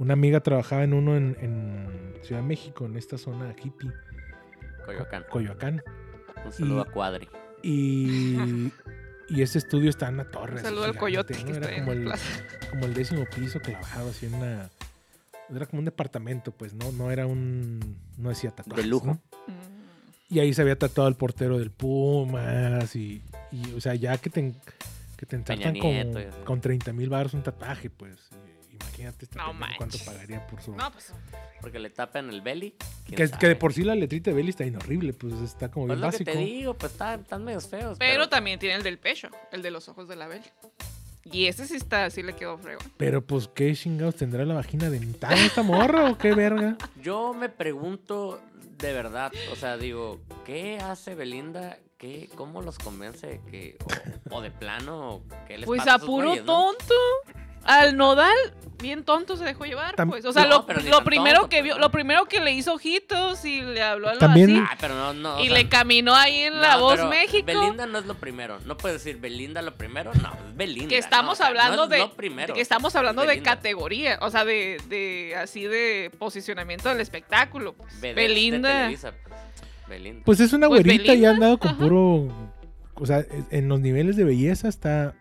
Una amiga trabajaba en uno en, en Ciudad de México, en esta zona hippie,
Coyoacán.
Coyoacán.
Un saludo
Y-
a Cuadri. (laughs)
Y, y ese estudio está en una torre.
Un
así
saludo al
gigante,
coyote
¿no?
que
Era
está en
como
la (laughs)
el,
plaza.
como el décimo piso clavado, así en una. Era como un departamento, pues, ¿no? No era un. No decía tatuajes.
De lujo.
¿no?
Mm.
Y ahí se había tatuado el portero del Pumas y. y, o sea, ya que te, en- que te
Peña
ensartan con,
Nieto y así.
con 30 mil baros un tatuaje, pues. y- Imagínate este
No
pendejo cuánto
manches.
pagaría por su.
No, pues.
Porque le tapan el belly. quién
Que, que
sabe.
de por sí la letrita de Belly está bien horrible, pues está como
Pues
bien
lo
básico.
que te digo, pues está- están medios feos.
Pero también tiene el del pecho, el de los ojos de la Bel. Y ese sí está, sí le quedó fregón.
Pero pues, ¿qué chingados tendrá la vagina dentada esta morra o qué verga?
Yo me pregunto de verdad, o sea, digo, ¿qué hace Belinda? ¿Qué, ¿Cómo los convence de que, o, o de plano, qué les
Pues
pasa
a
esos
puro
güeyes, no?
tonto. Al nodal, bien tonto se dejó llevar,
Tam-
pues. O sea,
No,
lo-
pero ni
lo,
tan
primero
tonto,
que
pues,
vio,
¿no?
lo primero que le hizo ojitos y le habló algo
También-
así.
Ah, pero no, no. o
Y
sea,
le caminó ahí en la
no,
voz
pero
México.
Belinda no es lo primero. No puedes decir Belinda lo primero, no, es Belinda.
que estamos
¿no? O sea, no
hablando
es
de
lo primero,
que estamos hablando
es
de
Belinda.
categoría, o sea, de, de así de posicionamiento del espectáculo. pues.
Vedettes de
Belinda.
Televisa, pues. Belinda.
Pues es una
Pues,
güerita y
Belinda,
ha andado con
ajá.
puro. O sea, e- en los niveles de belleza está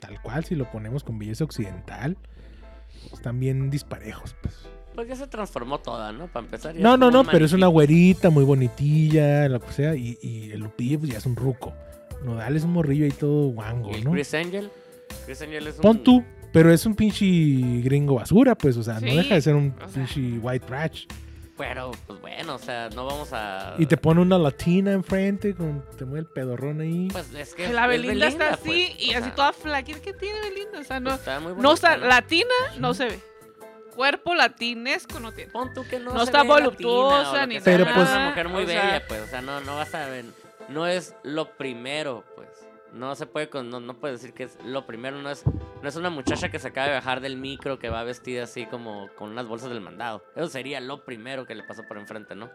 tal cual, si lo ponemos con belleza occidental, están bien disparejos, pues.
Pues ya se transformó toda, ¿no? Para empezar. ya
No, no,
como
no, pero es una
maniquí.
güerita muy bonitilla, lo que sea, y, y el Lupillo pues ya es un ruco. Nodal es un morrillo ahí todo guango,
¿Y el
¿no?
Chris Angel? Chris Angel es un...
Pon tú, pero es un pinche gringo basura, pues, o sea, no
Sí,
deja de ser un
o sea.
pinche white trash.
Pero, pues bueno, o sea, no vamos a...
Y te pone una latina enfrente, con, te mueve el pedorrón ahí.
Pues es que...
Que la
es
Belinda, está así
pues,
y
o
así
sea,
toda flaquita que tiene Belinda, o sea, no
pues, está muy
no está
bonita,
latina, no se ve. Cuerpo latinesco no tiene.
Pon tú que no
no
se
está
ve latina
voluptuosa
o lo que
ni
sea,
Pero,
es
pues-
una mujer muy
o sea-
bella, pues, o sea, no, no vas a ver... No es lo primero, pues. No se puede, con- no, no puedes decir que es lo primero, no es, no es una muchacha que se acaba de bajar del micro, que va vestida así como con unas bolsas del mandado. Eso sería lo primero que le pasó por enfrente, ¿no?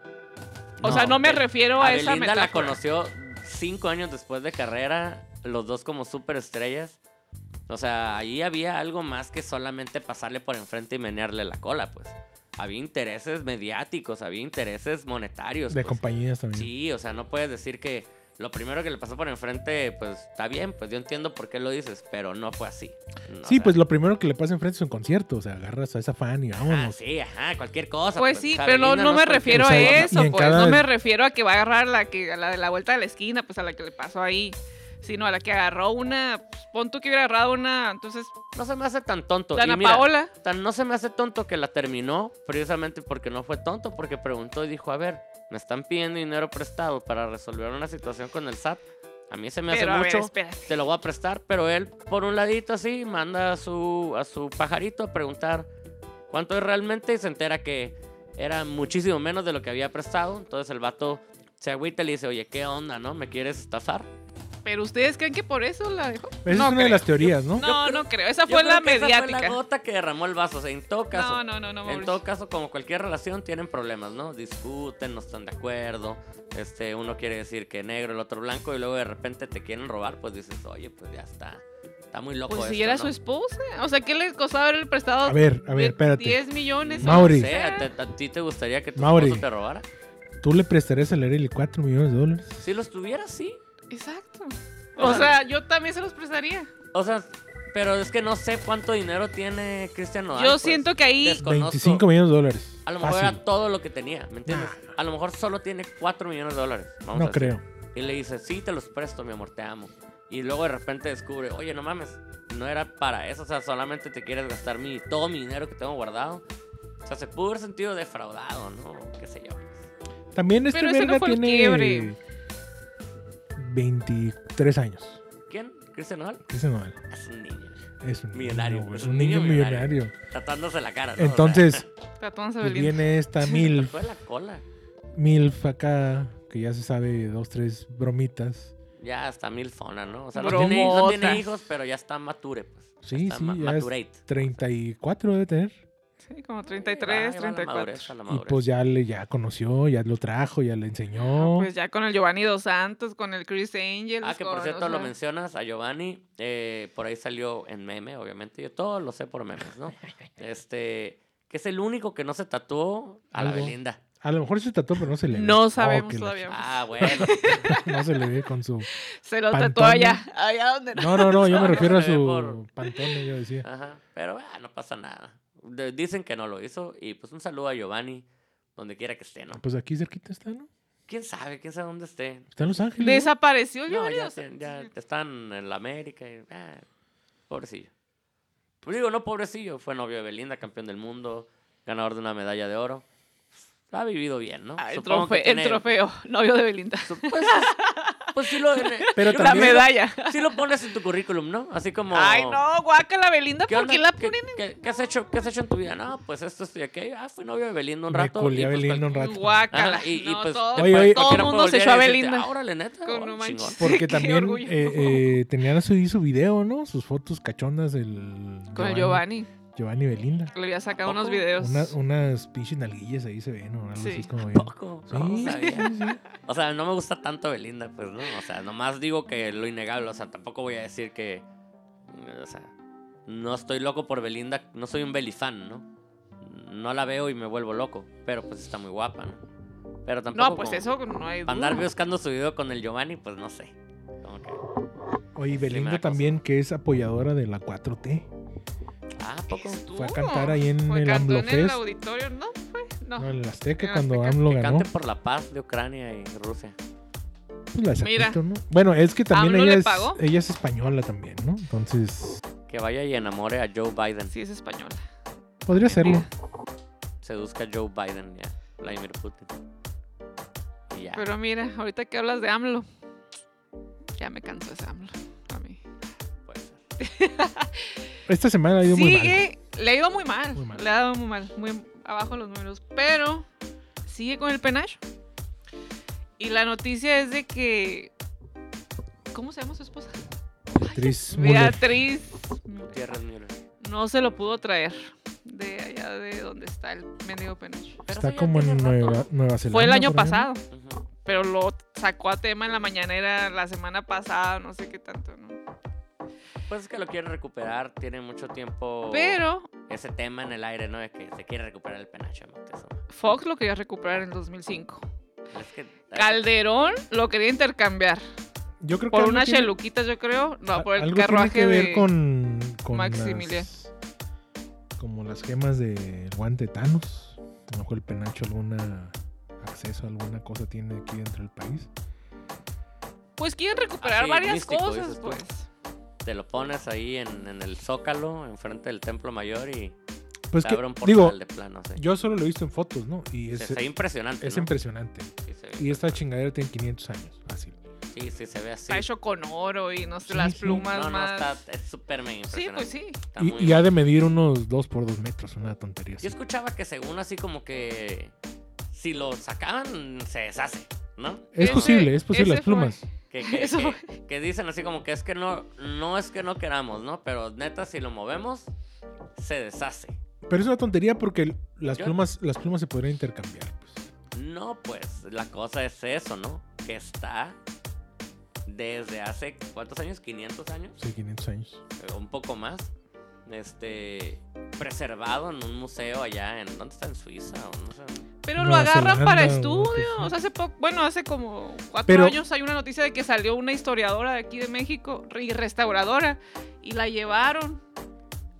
O sea, no me
Bel-
refiero a,
a
esa
Belinda
metáfora.
la conoció cinco años después de carrera, los dos como superestrellas. O sea, ahí había algo más que solamente pasarle por enfrente y menearle la cola, pues. Había intereses mediáticos, había intereses monetarios.
De
pues.
compañías también.
Sí, o sea, no puedes decir que lo primero que le pasó por enfrente, pues está bien, pues yo entiendo por qué lo dices, pero no fue así. No,
Sí,
o sea,
pues lo primero que le pasa enfrente es un concierto. O sea, agarras a esa fan y vámonos.
Ah, sí, ajá, cualquier cosa.
Pues sí,
o sea,
pero no,
Belinda
no me
es cualquier-
refiero
O
a
sea, y
eso,
en
pues.
cada-
No me refiero a que va a agarrar la que a la de la vuelta de la esquina, pues a la que le pasó ahí, sino a la que agarró una, pues, pon tú que hubiera agarrado una, entonces,
No se me hace tan tonto.
Dana
Y mira,
Paola.
tan- no se me hace tonto que la terminó, precisamente porque no fue tonto, porque preguntó y dijo, a ver, me están pidiendo dinero prestado para resolver una situación con el SAT. A mí se me
pero a
hace
ver,
mucho.
espérate.
te lo voy a prestar, pero él por un ladito así manda a su, a su pajarito a preguntar cuánto es realmente y se entera que era muchísimo menos de lo que había prestado. Entonces el vato se agüita y le dice, oye, ¿qué onda, no? ¿Me quieres estafar?
Pero ustedes creen que por eso la dejó?
Esa es una de las teorías, ¿no?
No,
creo-
no creo. Esa
Yo
fue
creo
la
que esa fue
mediática.
la gota que derramó el vaso. O sea, en todo caso,
no, no, no, no,
en
Mauricio.
todo caso, como cualquier relación, tienen problemas, ¿no? Discuten, no están de acuerdo. Este, uno quiere decir que negro, el otro blanco, y luego de repente te quieren robar, pues dices, oye, pues ya está. Está muy loco
Pues si
esto,
era
¿no?
su esposa. O sea, ¿qué le costaba haberle prestado?
A ver, a ver,
de-
espérate.
10 millones.
No Mauri.
No sé, ¿a, te- a ti te gustaría que tu
Mauri.
esposo te robara?
¿Tú le prestarías a Larry 4 millones de dólares?
Si los tuviera, sí.
Exacto. O sea, yo también se los prestaría.
O sea, pero es que no sé cuánto dinero tiene Cristian Nodal.
yo
pues.
siento que ahí.
Desconozco.
25 millones de dólares.
A lo mejor
Fácil.
era todo lo que tenía, ¿me entiendes? A lo mejor solo tiene 4 millones de dólares. vamos a
No
decir.
creo.
Y le dice, sí, te los presto, mi amor, te amo. Y luego de repente descubre, oye, no mames, no era para eso, o sea, solamente te quieres gastar mi, todo mi dinero que tengo guardado. O sea, se pudo haber sentido defraudado, ¿no? Qué sé yo.
También este
Pero ese no
verga
fue el
tiene
quiebre.
23 años.
¿Quién? ¿Cristian Nodal?
Ese no vale.
Es un niño.
Es un
Millonario, pues,
niño, güey.
es
Es un niño millonario.
Tratándose la cara, Ah, ¿no? O sea,
Entonces,
(laughs) Tratón
pues
Sabelín. (laughs)
viene esta
se
mil,
Fue la cola.
milf acá, que ya se sabe dos, tres bromitas.
Ya está milfona, ¿no? O sea, no tiene, no tiene
Bromota.
hijos, pero ya está mature, pues. Ya
Sí,
está
sí,
ma-
ya es
maturate.
34 debe tener.
Sí, como
Ahí
33,
va la
34.
madurez, a la
Y
madurez.
pues ya le ya conoció, ya lo trajo, ya le enseñó.
Pues ya con el Giovanni Dos Santos, con el Chris Angel.
Ah, que por
con,
cierto
o
lo
sea,
mencionas a Giovanni, eh, por ahí salió en meme, obviamente, yo todo lo sé por memes,
(laughs)
¿no? Este, que es el único que no se tatuó a la
Algo.
Belinda.
A lo mejor se tatuó, pero no se le ve.
No
Oh,
sabemos
que la
todavía.
Ah,
(laughs)
bueno.
ch- No se le ve con su.
Se lo
Pantone.
tatuó allá. Allá donde no.
No, no, no, yo me
No,
refiero a
se le ve
su
por-
pantone, yo decía.
Ajá, pero ah, no pasa nada. De- dicen que no lo hizo y pues un saludo a Giovanni, donde quiera que esté, ¿no?
Pues aquí cerquita está, ¿no?
¿Quién sabe? ¿Quién sabe dónde esté?
Está en Los Ángeles.
(laughs)
¿no?
Desapareció el
No,
Giovanni
ya,
Dos
te-
Santos.
ya están en la América. y, ah, pobrecillo. Pues digo, no pobrecillo. Fue novio de Belinda, campeón del mundo, ganador de una medalla de oro. Ha vivido bien, ¿no?
Ah, el,
Supongo que
trofeo, el
tiene-
trofeo, (laughs) novio de
(laughs)
Belinda.
su- Pues, pues sí lo...
Pero
yo
La
también-
medalla.
creo- sí lo pones en tu currículum, ¿no? Así como...
Ay, no, guaca la Belinda, ¿por
onda?
qué la
¿Qué-
ponen
qué, qué has hecho, ¿Qué has hecho en tu vida? No, pues esto, esto y aquello. Ah, fui novio de Belinda un
Me
rato.
culé a
pues,
Belinda un
cual-
(laughs)
rato.
Guácala.
Ajá, y- y,
No,
pues,
todo,
Oye, oye,
todo el
cualquiera
mundo
puede
se echó a
voltear y decirte,
Belinda.
"Ah, órale, neta.
Con
oh,
no manches.
chingón".
(laughs)
Porque
Qué
también
orgullo.
eh, eh, tenían así su video, ¿no? Sus fotos cachondas del.
Con el Giovanni.
Giovanni Belinda.
Le había sacado
¿A poco?
unos videos.
Una- unas pinches nalguillas ahí se ven, ¿no? Algo
Sí.
así
(laughs)
como bien.
Poco.
Sí,
No,
sí,
sabía.
sí, sí.
O sea, no me gusta tanto Belinda, pues, ¿no? O sea, nomás digo que lo innegable. O sea, tampoco voy a decir que. O sea, no estoy loco por Belinda. No soy un Belifan, ¿no? No la veo y me vuelvo loco. Pero pues está muy guapa, ¿no? Pero tampoco.
No, pues
como
eso no hay
para andar
duda.
buscando su video con el Giovanni, pues no sé. Como que.
Oye, Belinda
da cosa.
también, que es apoyadora de la 4T.
Ah, ¿a poco.
Fue a cantar ahí en
Fue,
el
cantó
AMLO
en el
Fest.
auditorio, ¿no? Fue, no.
No, en el Azteca,
Ah, En el
cuando
Azteca.
AMLO
Que
ganó.
cante por la paz de Ucrania y Rusia.
pues, la
Mira.
sacó, ¿no? Bueno, es que también
¿AMLO
ella
le
es,
pagó?
ella es española también, ¿no? Entonces,
Que vaya y enamore a Joe Biden.
Sí, es española.
podría serlo.
Seduzca a Joe Biden, ya. Vladimir Putin. Y ya.
Pero mira, ahorita que hablas de AMLO, ya me canso ese AMLO. A mí.
pues.
Esta semana ha ido muy mal.
Sigue, le ha ido muy mal,
Muy mal.
Le ha dado muy mal, muy abajo los números. Pero sigue con el penacho. Y la noticia es de que. ¿Cómo se llama su esposa?
Beatriz Müller.
Beatriz.
Gutiérrez Müller.
No se lo pudo traer de allá de donde está el mendigo penacho.
Pero
Está
eso ya
como en
tiene rato,
Nueva, Nueva Zelanda.
Fue el año
por ahí, ¿no?
pasado,
¿no? Ujú.
pero lo sacó a tema en la mañanera la semana pasada, no sé qué tanto, ¿no?
Pues es que lo quiere recuperar, tiene mucho tiempo
Pero
ese tema en el aire, ¿no? De que se quiere recuperar el penacho de Moctezuma.
Fox lo quería recuperar en el 2005.
Es que,
Calderón lo quería intercambiar.
Yo creo que
Por
algo
unas
tiene-
cheluquitas, yo creo. No,
a-
por el
algo tiene
carruaje
que ver
de...
con, con
Maximiliano.
las- como las gemas del guante Thanos. A lo mejor el penacho alguna acceso a alguna cosa tiene aquí dentro del país.
Pues quieren recuperar
Así,
varias
Ah, místico,
cosas,
dices tú.
pues.
Te lo pones ahí en, en el zócalo, enfrente del templo mayor y
Pues
te
que,
abre un portal
digo,
de plano. Sí.
yo solo lo he visto en fotos, ¿no? Y es,
Se- se ve impresionante.
es
¿no?
impresionante.
Sí, se ve
Y esta
impresionante.
chingadera tiene 500 años, fácil.
Sí, sí, se ve así.
Está hecho con oro y no sé,
Sí,
las
sí.
plumas
No, no,
más.
está es súper mega
sí,
impresionante.
pues sí.
Está
Y,
muy
y ha de medir unos 2 por 2 metros, una tontería
Yo
así.
escuchaba que según así como que si lo sacaban se deshace, ¿no?
Es
Ese-
Como
posible, es posible,
ese
las plumas.
fue.
Que, que-
eso
que- que dicen así como que es que no, no es que no queramos, ¿no? Pero neta, si lo movemos, se deshace.
Pero es una tontería porque el- las
Yo-
plumas, las plumas se podrían intercambiar. Pues.
No, pues la cosa es eso, ¿no? Que está desde hace, ¿cuántos años? ¿500 años?
Sí, 500 años.
Eh, Un poco más. Este, preservado en un museo allá en, ¿dónde está? En Suiza o no sé.
Pero lo
Nueva
agarran
Zelanda,
para
o algo así.
estudios. hace poco, bueno, hace como cuatro
Pero-
años hay una noticia de que salió una historiadora de aquí de México re- y restauradora y la llevaron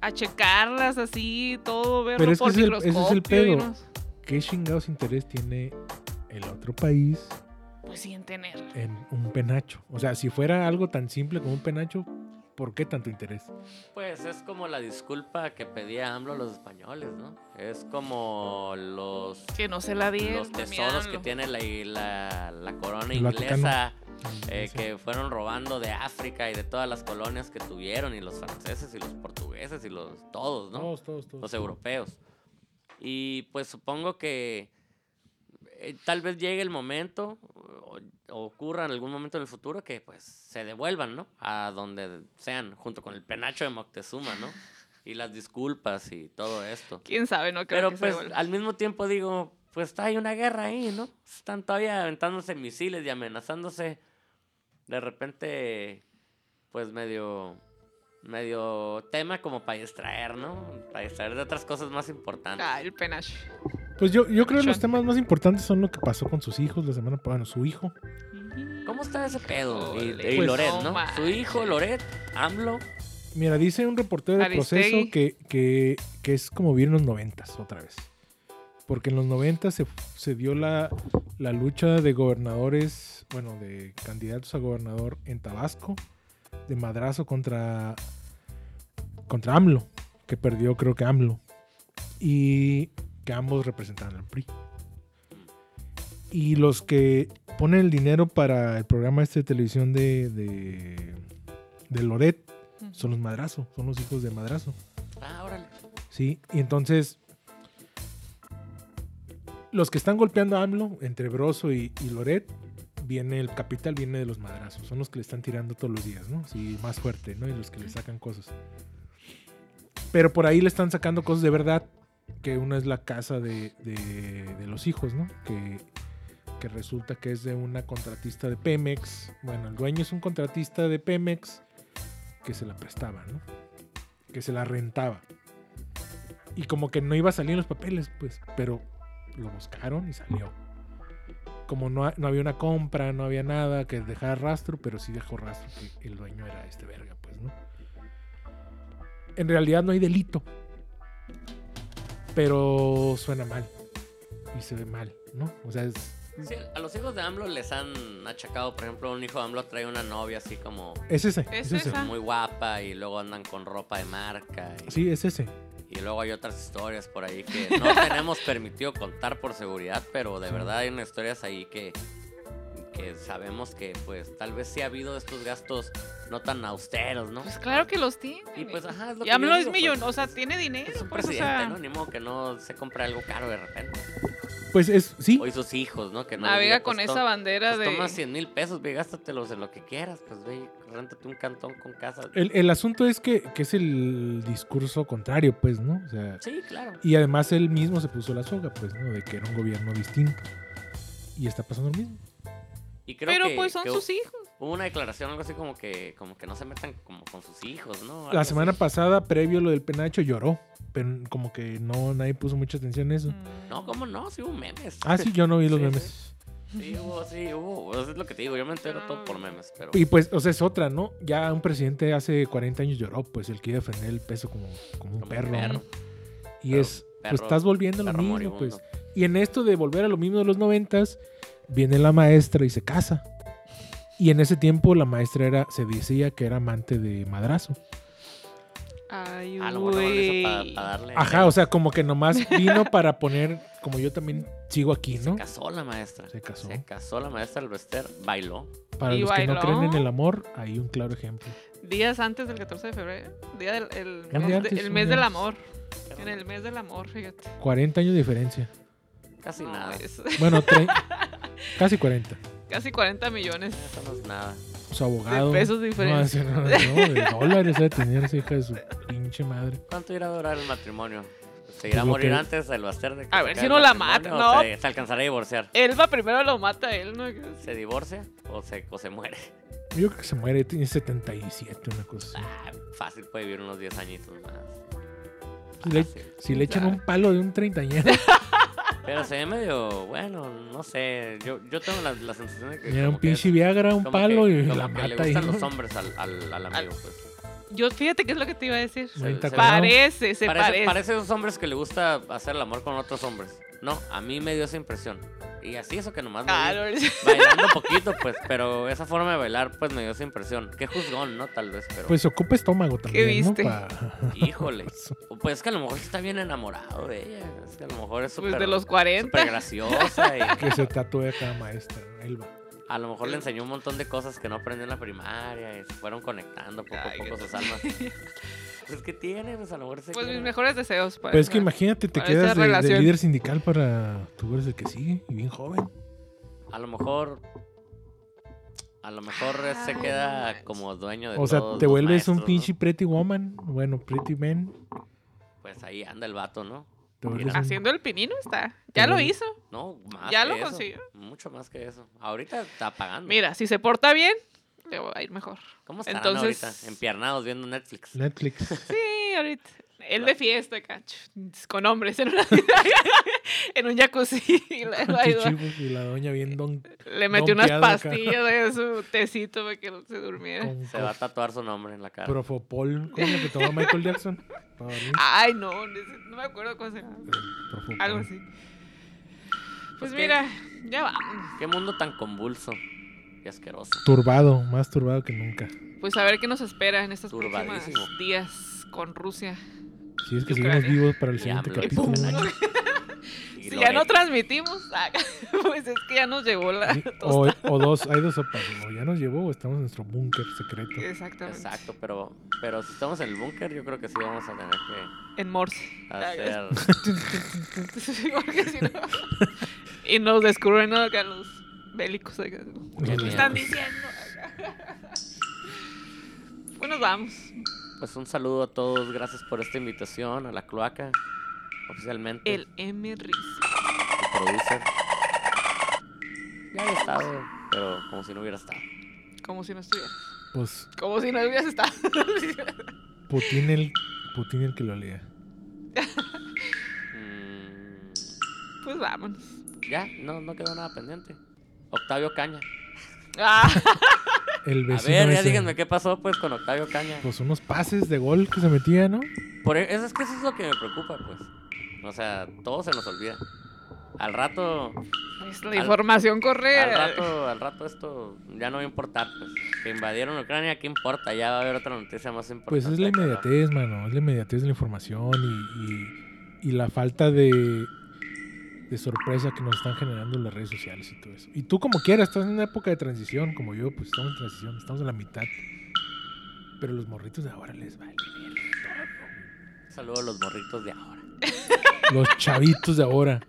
a checarlas así, todo, verlo
Pero es que
por
ese es el- ese es el
microscopio. y
pedo.
no-
¿Qué chingados interés tiene el otro país
pues sin tener.
en un penacho? O sea, si fuera algo tan simple como un penacho, ¿por qué tanto interés?
Pues es como la disculpa que pedía AMLO a los españoles, ¿no? Es como los,
Que no se la dieron.
los tesoros
míralo.
que tiene la, la, la corona
El Vaticano.
inglesa eh,
Mm, Sí.
que fueron robando de África y de todas las colonias que tuvieron, y los franceses y los portugueses y los todos, ¿no?
Todos, todos, todos.
los europeos. Y pues supongo que eh, tal vez llegue el momento o, o ocurra en algún momento en el futuro que pues se devuelvan, ¿no? A donde sean, junto con el penacho de Moctezuma,
(laughs)
¿no? Y las disculpas y todo esto.
Quién sabe, no creo
Pero
que se
pues
devuelva.
al mismo tiempo digo, pues hay una guerra ahí, ¿no? Están todavía aventándose misiles y amenazándose. De repente, pues medio medio tema como para distraer, ¿no? Para distraer de otras cosas más importantes.
Ah, el penache.
Pues yo, yo creo que los
Sean.
temas más importantes son lo que pasó con sus hijos la semana pasada. Bueno, su hijo.
¿Cómo está ese pedo? Y,
Híjole,
y
Pues,
Loret,
no
¿no? Su
manches.
hijo, Loret, AMLO.
Mira, dice un reportero de proceso
Aristegui.
que, que, que es como vivir en los noventas otra vez. Porque en los noventas se, se dio la, la lucha de gobernadores, bueno, de candidatos a gobernador en Tabasco, de madrazo contra, contra AMLO, que perdió creo que AMLO. Y que ambos representaban al PRI. Y los que ponen el dinero para el programa este de televisión de, de, de Loret son los madrazo, son los hijos de madrazo.
Ah, órale.
Sí, y entonces los que están golpeando a AMLO, entre Broso y, y Loret, viene el capital, viene de los madrazos, son los que le están tirando todos los días, ¿no? Sí, más fuerte, ¿no? Y los que le sacan cosas. Pero por ahí le están sacando cosas de verdad, que una es la casa de, de- de los hijos, ¿no? Que, que resulta que es de una contratista de Pemex. Bueno, el dueño es un contratista de Pemex que se la prestaba, ¿no? Que se la rentaba. Y como que no iba a salir en los papeles, pues, pero lo buscaron y salió. Como no, ha- no había una compra, no había nada que dejara rastro, pero sí dejó rastro que el dueño era este verga, pues, ¿no? En realidad no hay delito. Pero suena mal. Y se ve mal, ¿no? O sea, es,
Sí, a los hijos de AMLO les han achacado, por ejemplo, un hijo de AMLO trae una novia así como
es ese.
Es
Es ese.
esa.
muy guapa y luego andan con ropa de marca. y-
Sí, es ese.
Y luego hay otras historias por ahí que
(laughs)
no tenemos permitido contar por seguridad, pero de verdad hay unas historias ahí que, que sabemos que pues tal vez sí ha habido estos gastos no tan austeros, ¿no?
Pues claro que los tiene.
Y pues ajá, es lo
Y
que yo
AMLO es
digo,
millón,
pues,
o sea, tiene dinero.
Es un
pues, o
presidente,
sea,
¿no? Ni modo que no se compre algo caro de repente.
Pues es, sí.
O y sus hijos, ¿no? Que no les
Navega
diga,
con
pues,
esa
to-
bandera
pues,
de.
toma 100 mil pesos, ve, gástatelos en lo que quieras. Pues ve, y réntate un cantón con casa.
Eh.
El, el asunto es que, que es el discurso contrario, pues, ¿no? O sea,
Sí, claro.
Y además él mismo se puso la soga, pues, ¿no? De que era un gobierno distinto. Y está pasando lo mismo.
Y Y creo
Pero
que,
pues son
que
sus hijos.
hubo una declaración, algo así como que, como que no se metan como con sus hijos, ¿no? Algo
La
así.
semana pasada, previo a lo del penacho, lloró. Pero como que no, nadie puso mucha atención a eso.
Mm.
No, ¿cómo no? Sí hubo memes.
Ah, sí, yo no vi los
Mm. Sí,
memes.
(laughs) Sí hubo, sí hubo. Eso es lo que te digo, yo me entero todo por memes, pero...
Y pues, o sea, es otra, ¿no? Ya un presidente hace 40 años lloró, pues él quiere defender el peso como, como un
Como un
perro.
perro.
¿no? Y
Perro-
es, pues
perro-
estás volviendo a lo
perro
mismo,
moribundo.
pues. Y en esto de volver a lo mismo de los noventas, viene la maestra y se casa. Y en ese tiempo la maestra era, se decía que era amante de madrazo.
Ay,
Ah, lo bueno, bueno,
güey.
eso para darle...
Ajá, o sea, como que nomás vino para poner, como yo también sigo aquí, ¿no?
Se casó la maestra.
Se casó.
Se casó la maestra del Bester, bailó.
Para
Y
los que no
bailó.
creen en el amor, hay un claro ejemplo.
Días antes del 14 de febrero. Día del el
Un día
mes, de-
antes,
el
un
mes
día
del
antes.
amor. En el mes del amor, fíjate.
40 años de diferencia.
Casi
No,
nada.
es- (laughs)
Bueno,
(laughs)
tre- casi 40.
casi 40 millones.
Eso no es nada.
su abogado.
De pesos de diferencia.
No, así, no, no, de dólares ha de tener esa hija de su pinche madre.
¿Cuánto irá a durar el matrimonio? ¿Se irá
Pues
a
lo
morir
que-
antes el Bester? de que
A
se
ver
acabe
si
el
no la
matrimonio
mata, ¿no?
o Se, se alcanzará a divorciar.
Elba primero lo mata a él, ¿no?
¿Se divorcia o se, o se muere?
Yo creo que se muere, tiene 77, una cosa así.
Ah, fácil, puede vivir unos 10 añitos más.
Si le,
Fácil.
si le echan un palo de un
(laughs)
treintañero,
Pero se ve medio, bueno, no sé. Yo, yo tengo la, la sensación de que.
era
como
un
que-
pinche Viagra, un
como
palo
que-
y
como
la
que le
mata. ahí,
gustan
¿no?
los hombres al, al, al amigo, pues.
Yo fíjate qué es lo que te iba a decir.
Muy
se-
entacado.
Parece, se
Parece,
parece.
parece esos hombres que le gusta hacer el amor con otros hombres. No, a mí me dio esa impresión. Y así eso que nomás me vi
Claro, (laughs) pues,
bailando poquito, pues, pero esa forma de bailar, pues, me dio esa impresión. Qué juzgón, ¿no? Tal vez, pero...
Pues (laughs) ocupa estómago también,
viste?
¿no?
(laughs)
Pa-
Híjole. O, Pues es que a lo mejor sí está bien enamorado de ella. Es que a lo mejor es súper...
pues de los 40.
súper graciosa
(laughs)
y
que se tatúe acá, maestra. Elba.
a lo mejor le enseñó un montón de cosas que no aprendió en la primaria y se fueron conectando poco
Ay,
a poco
qué
sus almas.
(laughs)
Pues, ¿qué tiene? Pues, a lo mejor se
Pues mis
quiere.
mejores deseos para
Pero es que
esa-
imagínate, te
Parece
quedas de- de,
relación.
líder sindical para tú eres el que sigue y bien joven.
A lo mejor. A lo mejor eh, se
Ay, Ah, no
queda
manches.
como dueño de
O sea,
todos
te
los
vuelves un
maestros,
pinche pretty woman, bueno, pretty man.
¿no? Pues ahí anda el vato, ¿no?
Te vuelves un-
Haciendo el pinino está. Ya lo
Pero-
hizo.
No, más.
Ya
que
lo
eso,
consiguió.
Mucho más que eso. Ahorita está pagando.
Mira, si se porta bien, le va a ir mejor.
¿Cómo estarán
entonces-
ahorita? Empiernados viendo Netflix.
Netflix.
Sí, ahorita. Él de fiesta, cacho. Con hombres en, una- (laughs) en un jacuzzi. y la- la-
Pinche chivos y la doña bien don
le metió unas
Dompeado acá.
pastillas de su tecito para que Eh, se durmiera.
con
Se va a tatuar su nombre en la cara.
profopol. ¿Cómo es lo que tomó Michael Jackson? Para dormir.
Ay, no, no sé- no me acuerdo cómo se llama.
Profopol.
Ah. Algo así. Pues
Pues, ¿qué?
mira, ya vamos.
Qué mundo tan convulso y asqueroso.
Turbado, más turbado que nunca.
Pues a ver qué nos espera en estos próximos
Turbadísimo.
días con Rusia.
Si es que
Ucrania.
seguimos vivos para el
Y
siguiente
AMLO, y
capítulo.
(laughs)
pum. Y
Si
lo
ya no
haré.
transmitimos, (laughs) ah, pues es que ya nos llegó la (laughs)
O,
tostada.
o dos, hay dos sopas. O ya nos llevó o estamos en nuestro búnker secreto.
Exactamente.
Exacto, pero, pero si estamos en el búnker, yo creo que sí vamos a tener que
En Morse.
hacer.
(laughs) Porque si no- y nos descubren ¿no? acá los bélicos. acá.
Los
¿Qué
miedo.
están diciendo? Pues nos vamos.
(laughs) Pues un saludo a todos, gracias por esta invitación a la cloaca, oficialmente.
El M. Riz.
el producer. Ya había estado, pero como si no hubiera estado.
Como si no estuviera.
Pues
Como si no hubieras estado. (laughs)
Putin el, Putin el que lo lea.
Mm,
pues vámonos.
ya, no, no quedó nada pendiente. Octavio Caña.
Ah,
El
A
vecino.
ver, ya
ese.
díganme qué pasó pues con Octavio Caña.
Pues unos pases de gol que se metía, ¿no?
Por e- eso es que eso es lo que me preocupa, pues. O sea, todo se nos olvida. Al rato,
pues la
Al-
información corre.
al rato, al rato esto ya no va a importar, pues. Que invadieron Ucrania, ¿qué importa? Ya va a haber otra noticia más importante.
Pues es la
pero-
inmediatez, mano. Es la inmediatez de la información y, y- y la falta de, de sorpresa que nos están generando las redes sociales y todo eso. Y tú como quieras, estás en una época de transición, como yo, pues estamos en transición, estamos en la mitad. Pero los morritos de ahora les vale verga
Saludos a los morritos de ahora.
todo. Los chavitos de ahora.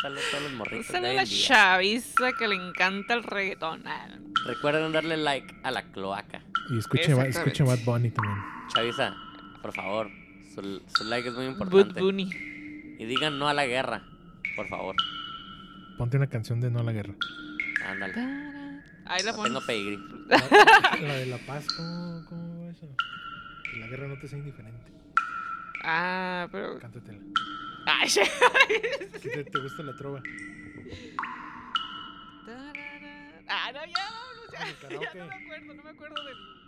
Saludos a todos los
Un
morritos
saludo
de
a
hoy
la
en día.
chaviza que le encanta el reggaetón. Ah,
Recuerden darle like a la cloaca.
Y escuchen, a-
Exactamente.
escuchen a Bad Bunny también.
Chaviza, por favor, su, su like es muy
Bud
importante.
Bunny.
Y digan no a la guerra, por favor.
Ponte una canción de No a la Guerra.
Ándale.
Ahí la
Tengo
pones.
pedigrí.
La, la de la paz, ¿cómo, cómo va eso? Que la guerra no te sea indiferente.
Ah, pero.
Cántatela.
Ay, (laughs) ya.
¿Qué te, te gusta la trova?
Tarara. Ah, no, ya, vámonos, ya.
El
Ya (laughs)
karaoke.
no me acuerdo, no me acuerdo del.